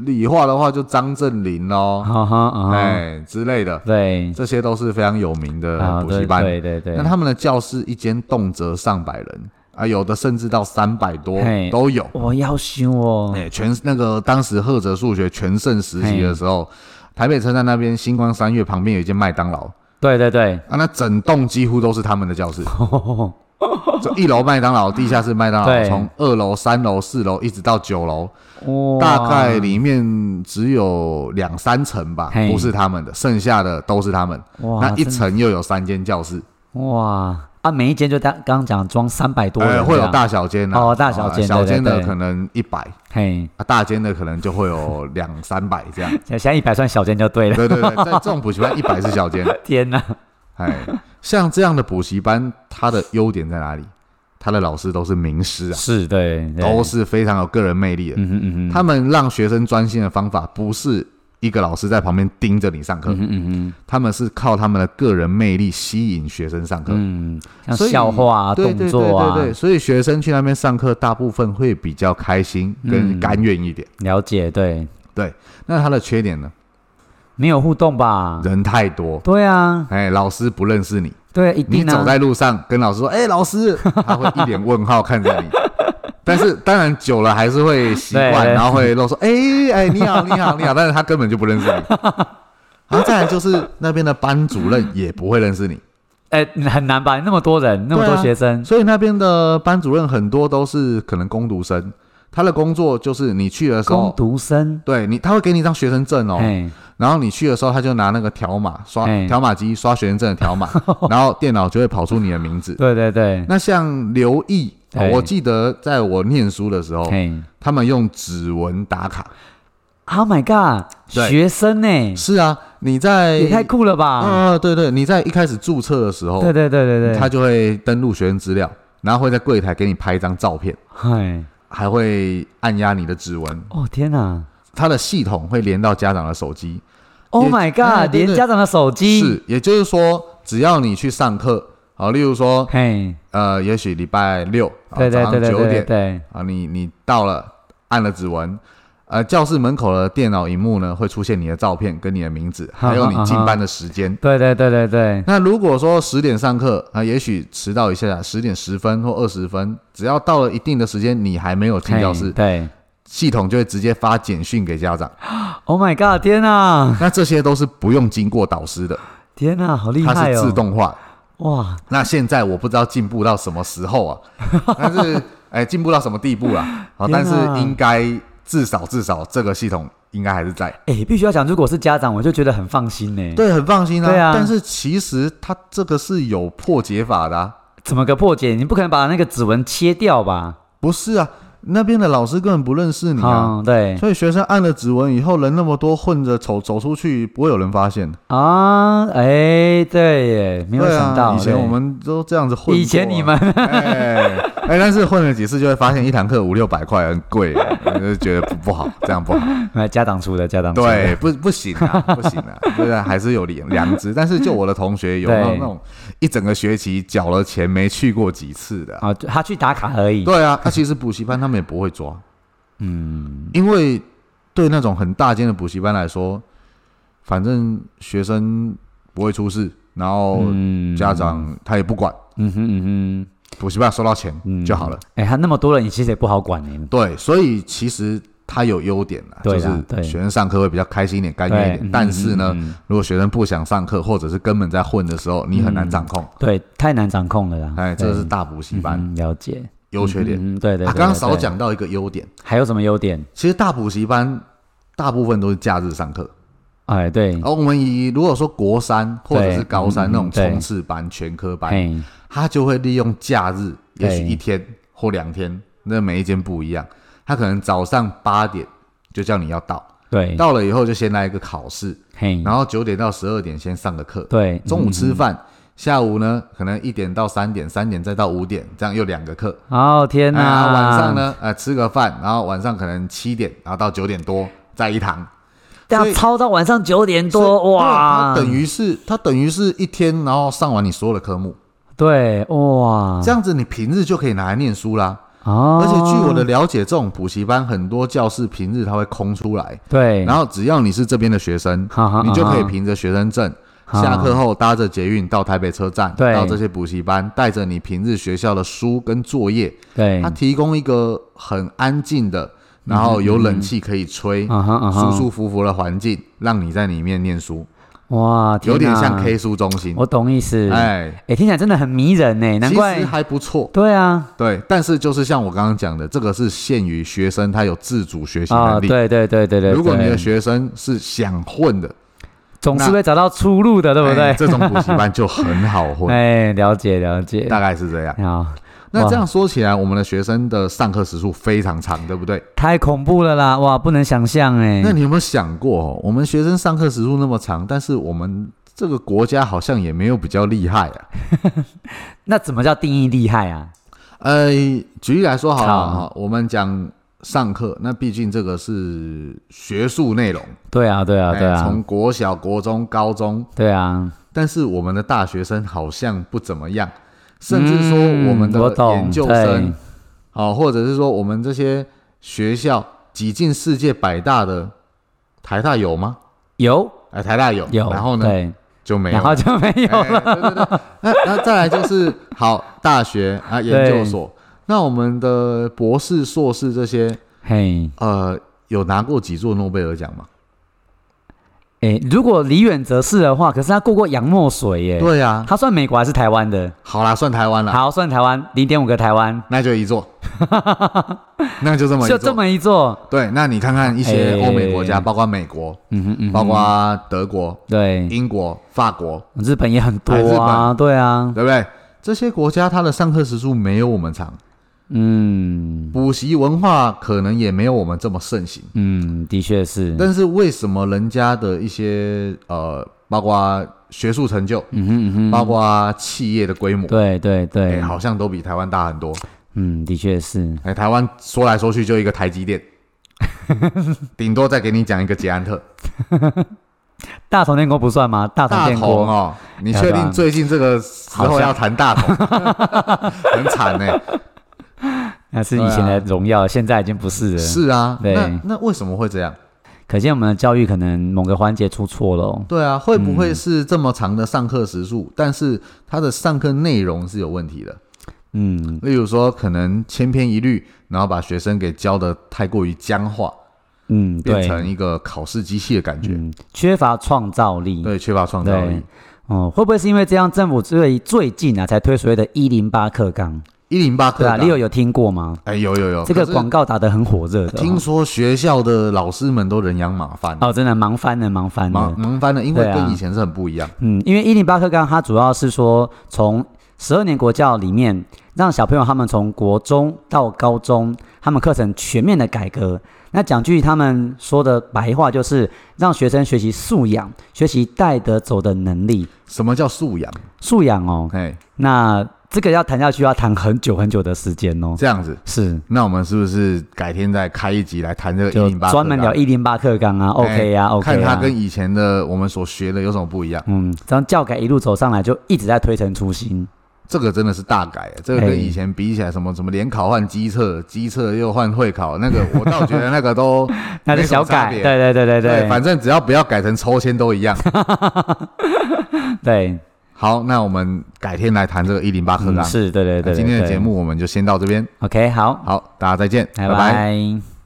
[SPEAKER 1] 理化的话，就张镇麟喽，
[SPEAKER 2] 哈哈啊哈，
[SPEAKER 1] 哎之类的，
[SPEAKER 2] 对
[SPEAKER 1] 这些都是非常有名的
[SPEAKER 2] 啊，
[SPEAKER 1] 补习班。
[SPEAKER 2] 对对对
[SPEAKER 1] 那
[SPEAKER 2] 对，
[SPEAKER 1] 他们的教室一间动辄上百人啊，有的甚至到三百多
[SPEAKER 2] 嘿
[SPEAKER 1] 都有。
[SPEAKER 2] 我要修哦，
[SPEAKER 1] 哎，全那个当时赫哲数学全盛时期的时候，台北车站那边星光三月旁边有一间麦当劳啊，
[SPEAKER 2] 对对对，
[SPEAKER 1] 那整栋几乎都是他们的教室，就一楼麦当劳，地下室麦当劳，
[SPEAKER 2] 对
[SPEAKER 1] 从二楼、三楼、四楼一直到九楼，
[SPEAKER 2] 哇
[SPEAKER 1] 大概里面只有两三层吧，
[SPEAKER 2] 嘿
[SPEAKER 1] 不是他们的，剩下的都是他们。
[SPEAKER 2] 哇
[SPEAKER 1] 那一
[SPEAKER 2] 真
[SPEAKER 1] 层又有三间教室，
[SPEAKER 2] 哇啊，每一间就大刚刚讲装三百多人、
[SPEAKER 1] 呃，会有大小间啊
[SPEAKER 2] 哦大小间
[SPEAKER 1] 啊小间
[SPEAKER 2] 对
[SPEAKER 1] 的
[SPEAKER 2] 对对
[SPEAKER 1] 可能一百，
[SPEAKER 2] 嘿，
[SPEAKER 1] 啊大间的可能就会有两三百 这样。
[SPEAKER 2] 现在一百算小间就对了，
[SPEAKER 1] 对对对，在这种补习班一百是小间，
[SPEAKER 2] 天哪，
[SPEAKER 1] 哎，像这样的补习班，它的优点在哪里？它的老师都是名师啊，
[SPEAKER 2] 是对，对
[SPEAKER 1] 都是非常有个人魅力的。
[SPEAKER 2] 嗯哼嗯哼，
[SPEAKER 1] 他们让学生专心的方法不是一个老师在旁边盯着你上课，
[SPEAKER 2] 嗯嗯
[SPEAKER 1] 他们是靠他们的个人魅力吸引学生上课。
[SPEAKER 2] 嗯，像
[SPEAKER 1] 所以
[SPEAKER 2] 笑话啊、
[SPEAKER 1] 对
[SPEAKER 2] 动作啊，
[SPEAKER 1] 对对对对，所以学生去那边上课，大部分会比较开心
[SPEAKER 2] 嗯
[SPEAKER 1] 跟甘愿一点。
[SPEAKER 2] 了解，对，
[SPEAKER 1] 对，那他的缺点呢？
[SPEAKER 2] 没有互动吧？
[SPEAKER 1] 人太多，
[SPEAKER 2] 对啊，
[SPEAKER 1] 哎，老师不认识你，
[SPEAKER 2] 对，一
[SPEAKER 1] 你
[SPEAKER 2] 定
[SPEAKER 1] 走
[SPEAKER 2] 啊。
[SPEAKER 1] 在路上跟老师说：“哎，老 师。”他会一脸问号看着你。但是当然久了还是会习
[SPEAKER 2] 对
[SPEAKER 1] 惯，
[SPEAKER 2] 对
[SPEAKER 1] 然后会露说：“哎哎，你好，你好， 你好。”但是他根本就不认识 你。然后再来就是那边的班主任也不会认识你，
[SPEAKER 2] 哎、很难吧？那么多人，那么多
[SPEAKER 1] 对啊
[SPEAKER 2] 学生，
[SPEAKER 1] 所以那边的班主任很多都是可能工读生，他的工作就是你去的时
[SPEAKER 2] 工
[SPEAKER 1] 候，
[SPEAKER 2] 读生，
[SPEAKER 1] 对你他会给你一张学生证哦，
[SPEAKER 2] 哎、
[SPEAKER 1] 然后你去的时候他就拿那个条码刷
[SPEAKER 2] 嘿
[SPEAKER 1] 条码机刷学生证的 条码，然后电脑就会跑出你的名字。
[SPEAKER 2] 对对对，
[SPEAKER 1] 那像刘毅，哦
[SPEAKER 2] 嘿
[SPEAKER 1] 我记得在我念书的时候，
[SPEAKER 2] 嘿、
[SPEAKER 1] 他们用指纹打卡。
[SPEAKER 2] o h my god，
[SPEAKER 1] 对
[SPEAKER 2] 学生呢、
[SPEAKER 1] 是啊，你在
[SPEAKER 2] 也太酷了吧？
[SPEAKER 1] 啊，对对，你在一开始注册的时候，
[SPEAKER 2] 对对对对对，
[SPEAKER 1] 他就会登录学生资料，然后会在柜台给你拍一张照片。
[SPEAKER 2] 嗨，
[SPEAKER 1] 还会按压你的指纹，
[SPEAKER 2] 哦天哪
[SPEAKER 1] 它的系统会连到家长的手机。
[SPEAKER 2] ，Oh my
[SPEAKER 1] 哎
[SPEAKER 2] god，
[SPEAKER 1] 对对
[SPEAKER 2] 连家长的手机，
[SPEAKER 1] 是，也就是说，只要你去上课，好，例如说，
[SPEAKER 2] 嘿，
[SPEAKER 1] 呃，也许礼拜六，啊
[SPEAKER 2] 对对
[SPEAKER 1] 早上
[SPEAKER 2] 对对
[SPEAKER 1] 九
[SPEAKER 2] 对
[SPEAKER 1] 点
[SPEAKER 2] 对，
[SPEAKER 1] 啊，你你到了，按了指纹，呃，教室门口的电脑荧幕呢会出现你的照片跟你的名字，
[SPEAKER 2] 哈哈
[SPEAKER 1] 还有你进班的时间。
[SPEAKER 2] 对对对对对，
[SPEAKER 1] 那如果说十点上课啊，也许迟到一下，十点十分或二十分，只要到了一定的时间，你还没有进教
[SPEAKER 2] 嘿
[SPEAKER 1] 室，
[SPEAKER 2] 对
[SPEAKER 1] 系统就会直接发简讯给家长。
[SPEAKER 2] ，Oh my god，天哪
[SPEAKER 1] 那这些都是不用经过导师的，
[SPEAKER 2] 天哪，好厉
[SPEAKER 1] 它
[SPEAKER 2] 害
[SPEAKER 1] 是自
[SPEAKER 2] 哦，
[SPEAKER 1] 动化。
[SPEAKER 2] 哇，
[SPEAKER 1] 那现在我不知道进步到什么时候 啊，但是哎，进步到什么地步了、啊？好，
[SPEAKER 2] 天
[SPEAKER 1] 但
[SPEAKER 2] 啊
[SPEAKER 1] 是应该至少至少这个系统应该还是在，
[SPEAKER 2] 哎、必须要讲，如果是家长，我就觉得很放心呢。，
[SPEAKER 1] 对，很放心啊。
[SPEAKER 2] 对啊
[SPEAKER 1] 但是其实它这个是有破解法的、啊，
[SPEAKER 2] 怎么个破解？你不可能把那个指纹切掉吧？
[SPEAKER 1] 不是啊？那边的老师根本不认识你啊，
[SPEAKER 2] 嗯，对
[SPEAKER 1] 所以学生按了指纹以后，人那么多，混着走走出去，不会有人发现。
[SPEAKER 2] 啊，哎、对耶，没有
[SPEAKER 1] 对
[SPEAKER 2] 想到，
[SPEAKER 1] 啊，以前
[SPEAKER 2] 对
[SPEAKER 1] 我们都这样子混过啊。
[SPEAKER 2] 以前你们
[SPEAKER 1] 哎哎，但是混了几次就会发现一堂课五六百块很贵， 我就觉得不不好，这样不好。
[SPEAKER 2] 家长出的，家长出的，
[SPEAKER 1] 对，不不行啊，不行啊，对啊，还是有良良知。但是就我的同学有
[SPEAKER 2] 对
[SPEAKER 1] 那种那种一整个学期缴了钱没去过几次的啊，
[SPEAKER 2] 啊，就他去打卡而已。
[SPEAKER 1] 对啊，那其实补习班他们也不会抓，
[SPEAKER 2] 嗯，
[SPEAKER 1] 因为对那种很大间的补习班来说，反正学生不会出事，然后
[SPEAKER 2] 嗯
[SPEAKER 1] 家，长他也不管，
[SPEAKER 2] 嗯哼嗯
[SPEAKER 1] 补习班收到钱
[SPEAKER 2] 嗯
[SPEAKER 1] 就好了。
[SPEAKER 2] 哼，哎、他那么多人，你其实也不好管呢。
[SPEAKER 1] 对，所以其实它有优点啦，
[SPEAKER 2] 对
[SPEAKER 1] 就
[SPEAKER 2] 啦对
[SPEAKER 1] 是学生上课会比较开心一点、甘愿一
[SPEAKER 2] 对
[SPEAKER 1] 点。但是呢，
[SPEAKER 2] 嗯嗯嗯嗯
[SPEAKER 1] 如果学生不想上课，或者是根本在混的时候，你很难掌控。
[SPEAKER 2] 对，太难掌控了啦。
[SPEAKER 1] 哎，
[SPEAKER 2] 对
[SPEAKER 1] 这是大补习班
[SPEAKER 2] 嗯了解
[SPEAKER 1] 优缺点。
[SPEAKER 2] 嗯，嗯对对对
[SPEAKER 1] 啊，刚刚
[SPEAKER 2] 对
[SPEAKER 1] 少
[SPEAKER 2] 对
[SPEAKER 1] 讲到一个优点，
[SPEAKER 2] 还有什么优点？
[SPEAKER 1] 其实大补习班大部分都是假日上课，哦
[SPEAKER 2] 哎，对，
[SPEAKER 1] 而我们以如果说国三或者
[SPEAKER 2] 对
[SPEAKER 1] 是高三
[SPEAKER 2] 嗯嗯
[SPEAKER 1] 那种
[SPEAKER 2] 对
[SPEAKER 1] 冲刺班、全科班，
[SPEAKER 2] 嘿，
[SPEAKER 1] 他就会利用假日，也许
[SPEAKER 2] 对
[SPEAKER 1] 一天或两天，那每一间不一样，他可能早上八点就叫你要到。
[SPEAKER 2] 对，
[SPEAKER 1] 到了以后就先来一个考试，
[SPEAKER 2] 嘿，
[SPEAKER 1] 然后九点到十二点先上个课，
[SPEAKER 2] 对，
[SPEAKER 1] 中午
[SPEAKER 2] 嗯
[SPEAKER 1] 吃饭，下午呢可能一点到三点，三点再到五点，这样又两个课。
[SPEAKER 2] 哦天哪、
[SPEAKER 1] 啊，晚上？呢，呃，吃个饭，然后晚上可能七点，然后到九点多再一堂，
[SPEAKER 2] 要
[SPEAKER 1] 所以
[SPEAKER 2] 超啊到晚上九点
[SPEAKER 1] 所以
[SPEAKER 2] 多，哇！
[SPEAKER 1] 对它等于是它等于是一天，然后上完你所有的科目，
[SPEAKER 2] 对哇，
[SPEAKER 1] 这样子你平日就可以拿来念书啦。
[SPEAKER 2] 啊哦，
[SPEAKER 1] 而且据我的了解，这种补习班很多教室平日它会空出来，
[SPEAKER 2] 对，
[SPEAKER 1] 然后只要你是这边的学生
[SPEAKER 2] 哈哈，
[SPEAKER 1] 你就可以
[SPEAKER 2] 哈哈
[SPEAKER 1] 凭着学生证，
[SPEAKER 2] 哈
[SPEAKER 1] 下课后搭着捷运到台北车站，
[SPEAKER 2] 嗯对
[SPEAKER 1] 到这些补习班，带着你平日学校的书跟作业，
[SPEAKER 2] 对
[SPEAKER 1] 它，提供一个很安静的，然后有冷气可以吹，
[SPEAKER 2] 啊哈啊哈
[SPEAKER 1] 舒舒服服的环境，让你在里面念书，
[SPEAKER 2] 哇，天
[SPEAKER 1] 有点像
[SPEAKER 2] 哪
[SPEAKER 1] K 书中心，
[SPEAKER 2] 我懂意思，哎，
[SPEAKER 1] 哎，
[SPEAKER 2] 听起来真的很迷人呢，难
[SPEAKER 1] 其
[SPEAKER 2] 怪
[SPEAKER 1] 实，还不错。
[SPEAKER 2] 对啊，
[SPEAKER 1] 对，但是就是像我刚刚讲的，这个是限于学生他有自主学习
[SPEAKER 2] 啊，
[SPEAKER 1] 能力。
[SPEAKER 2] 对对对对对，
[SPEAKER 1] 如果你
[SPEAKER 2] 对
[SPEAKER 1] 的学生是想混的，
[SPEAKER 2] 总是
[SPEAKER 1] 那
[SPEAKER 2] 会找到出路的，对不
[SPEAKER 1] 哎这
[SPEAKER 2] 对？
[SPEAKER 1] 种补习班就很好混，
[SPEAKER 2] 哎，了解了解，哦
[SPEAKER 1] 大概是这样。
[SPEAKER 2] 好，
[SPEAKER 1] 那这样说起来，我们的学生的上课时数非常长，对不对？
[SPEAKER 2] 太恐怖了啦，哇，不能想象哎，
[SPEAKER 1] 那你有没有想过，哦，我们学生上课时数那么长，但是我们这个国家好像也没有比较厉害啊？
[SPEAKER 2] 那怎么叫定义厉害啊？
[SPEAKER 1] 哎呃，举例来说好了，
[SPEAKER 2] 好
[SPEAKER 1] 哈我们讲上课，那毕竟这个是学术内容，
[SPEAKER 2] 对啊，对啊，
[SPEAKER 1] 哎
[SPEAKER 2] 对啊
[SPEAKER 1] 从，国小、国中、高中，
[SPEAKER 2] 对啊，
[SPEAKER 1] 但是我们的大学生好像不怎么样，甚至说
[SPEAKER 2] 嗯
[SPEAKER 1] 我们的
[SPEAKER 2] 我懂
[SPEAKER 1] 研究
[SPEAKER 2] 对
[SPEAKER 1] 生，好、或者是说我们这些学校挤进世界百大的台大有吗？
[SPEAKER 2] 有
[SPEAKER 1] 哎，台大有，
[SPEAKER 2] 有，
[SPEAKER 1] 然后呢
[SPEAKER 2] 对，
[SPEAKER 1] 就没有
[SPEAKER 2] 然后就没有
[SPEAKER 1] 哎对对对， 那那再来就是好大学啊，研究所。那我们的博士、硕士这些，
[SPEAKER 2] 嘿，
[SPEAKER 1] 呃，有拿过几座诺贝尔奖吗？
[SPEAKER 2] 哎，如果李远哲是的话，可是他过过洋墨水耶，
[SPEAKER 1] 对呀、啊，
[SPEAKER 2] 他算美国还是台湾的？
[SPEAKER 1] 好啦，算台湾啦，
[SPEAKER 2] 好，算台湾，零点五个台湾，
[SPEAKER 1] 那就一 座，那就这么一
[SPEAKER 2] 就
[SPEAKER 1] 座。
[SPEAKER 2] 这么一座，
[SPEAKER 1] 对，那你看看一些
[SPEAKER 2] 哎
[SPEAKER 1] 欧美国家，包括美国，
[SPEAKER 2] 嗯哼嗯哼，
[SPEAKER 1] 包括德国、
[SPEAKER 2] 对，
[SPEAKER 1] 英国、法国，
[SPEAKER 2] 日本也很多
[SPEAKER 1] 哎
[SPEAKER 2] 啊，对啊，
[SPEAKER 1] 对不对？这些国家它的上课时数没有我们长，
[SPEAKER 2] 嗯
[SPEAKER 1] 补习文化可能也没有我们这么盛行。
[SPEAKER 2] 嗯，的确是，
[SPEAKER 1] 但是为什么人家的一些呃，包括学术成就，
[SPEAKER 2] 嗯哼嗯哼，
[SPEAKER 1] 包括企业的规模，
[SPEAKER 2] 对对
[SPEAKER 1] 哎、
[SPEAKER 2] 对，
[SPEAKER 1] 好像都比台湾大很多。
[SPEAKER 2] 嗯，的确是，
[SPEAKER 1] 哎、台湾说来说去就一个台积 电，顶多再给你讲一个捷安特、
[SPEAKER 2] 大同电锅不算吗？大同
[SPEAKER 1] 大
[SPEAKER 2] 电
[SPEAKER 1] 同
[SPEAKER 2] 锅，
[SPEAKER 1] 哦。你
[SPEAKER 2] 要
[SPEAKER 1] 确
[SPEAKER 2] 不然
[SPEAKER 1] 定最近这个时
[SPEAKER 2] 好
[SPEAKER 1] 候
[SPEAKER 2] 像
[SPEAKER 1] 要谈大同， 很惨欸呢、
[SPEAKER 2] 那是以前的荣耀，现在已经不是了。
[SPEAKER 1] 啊是啊，
[SPEAKER 2] 对
[SPEAKER 1] 那那为什么会这样？
[SPEAKER 2] 可见我们的教育可能某个环节出错了哦。
[SPEAKER 1] 对啊，会不会
[SPEAKER 2] 嗯
[SPEAKER 1] 是这么长的上课时数，但是它的上课内容是有问题的？
[SPEAKER 2] 嗯，
[SPEAKER 1] 例如说，可能千篇一律，然后把学生给教的太过于僵化，
[SPEAKER 2] 嗯，
[SPEAKER 1] 变
[SPEAKER 2] 对，
[SPEAKER 1] 成一个考试机器的感觉，
[SPEAKER 2] 嗯，缺乏创造力。
[SPEAKER 1] 对，缺乏创造力
[SPEAKER 2] 对。哦，会不会是因为这样，政府最最近啊才推所谓的“一零八课纲
[SPEAKER 1] 一零八”？课
[SPEAKER 2] 对啊，
[SPEAKER 1] 纲，
[SPEAKER 2] 你有有听过吗？
[SPEAKER 1] 哎，有有有，
[SPEAKER 2] 这个
[SPEAKER 1] 可是
[SPEAKER 2] 广告打得很火热的哦、
[SPEAKER 1] 听说学校的老师们都人仰马翻，
[SPEAKER 2] 哦，真的忙翻了，忙翻
[SPEAKER 1] 忙
[SPEAKER 2] 了。
[SPEAKER 1] 忙翻了，因为
[SPEAKER 2] 对啊
[SPEAKER 1] 跟以前是很不一样。
[SPEAKER 2] 嗯，因为一零八课纲它主要是说从十二年国教里面，让小朋友他们从国中到高中，他们课程全面的改革。那讲句他们说的白话，就是让学生学习素养，学习带得走的能力。
[SPEAKER 1] 什么叫素养？
[SPEAKER 2] 素养哦，
[SPEAKER 1] 哎，
[SPEAKER 2] 那这个要谈下去要谈很久很久的时间哦。
[SPEAKER 1] 这样子，
[SPEAKER 2] 是，
[SPEAKER 1] 那我们是不是改天再开一集来谈这个一
[SPEAKER 2] 就
[SPEAKER 1] 零八？
[SPEAKER 2] 专门聊一零八课纲啊
[SPEAKER 1] 哎
[SPEAKER 2] ，OK 啊，OK 啊。
[SPEAKER 1] 看它跟以前的我们所学的有什么不一样？
[SPEAKER 2] 嗯，这样教改一路走上来，就一直在推陈 出新。
[SPEAKER 1] 这个真的是大改，这个
[SPEAKER 2] 哎
[SPEAKER 1] 跟以前比起来，什么什么联考换机测，机测又换会考，那个我倒觉得那个都
[SPEAKER 2] 那就
[SPEAKER 1] 没什
[SPEAKER 2] 小
[SPEAKER 1] 么差
[SPEAKER 2] 改，
[SPEAKER 1] 别
[SPEAKER 2] 对对对对
[SPEAKER 1] 对，
[SPEAKER 2] 对
[SPEAKER 1] 反正只要不要改成抽签都一 样。
[SPEAKER 2] 对，
[SPEAKER 1] 好，那我们改天来谈这个一零八课纲。
[SPEAKER 2] 嗯，是，对对
[SPEAKER 1] 那
[SPEAKER 2] 对对
[SPEAKER 1] 今天的
[SPEAKER 2] 对
[SPEAKER 1] 节目我们就先到这边，
[SPEAKER 2] ，OK，好，
[SPEAKER 1] 好，大家再见，
[SPEAKER 2] 拜
[SPEAKER 1] 拜拜
[SPEAKER 2] 拜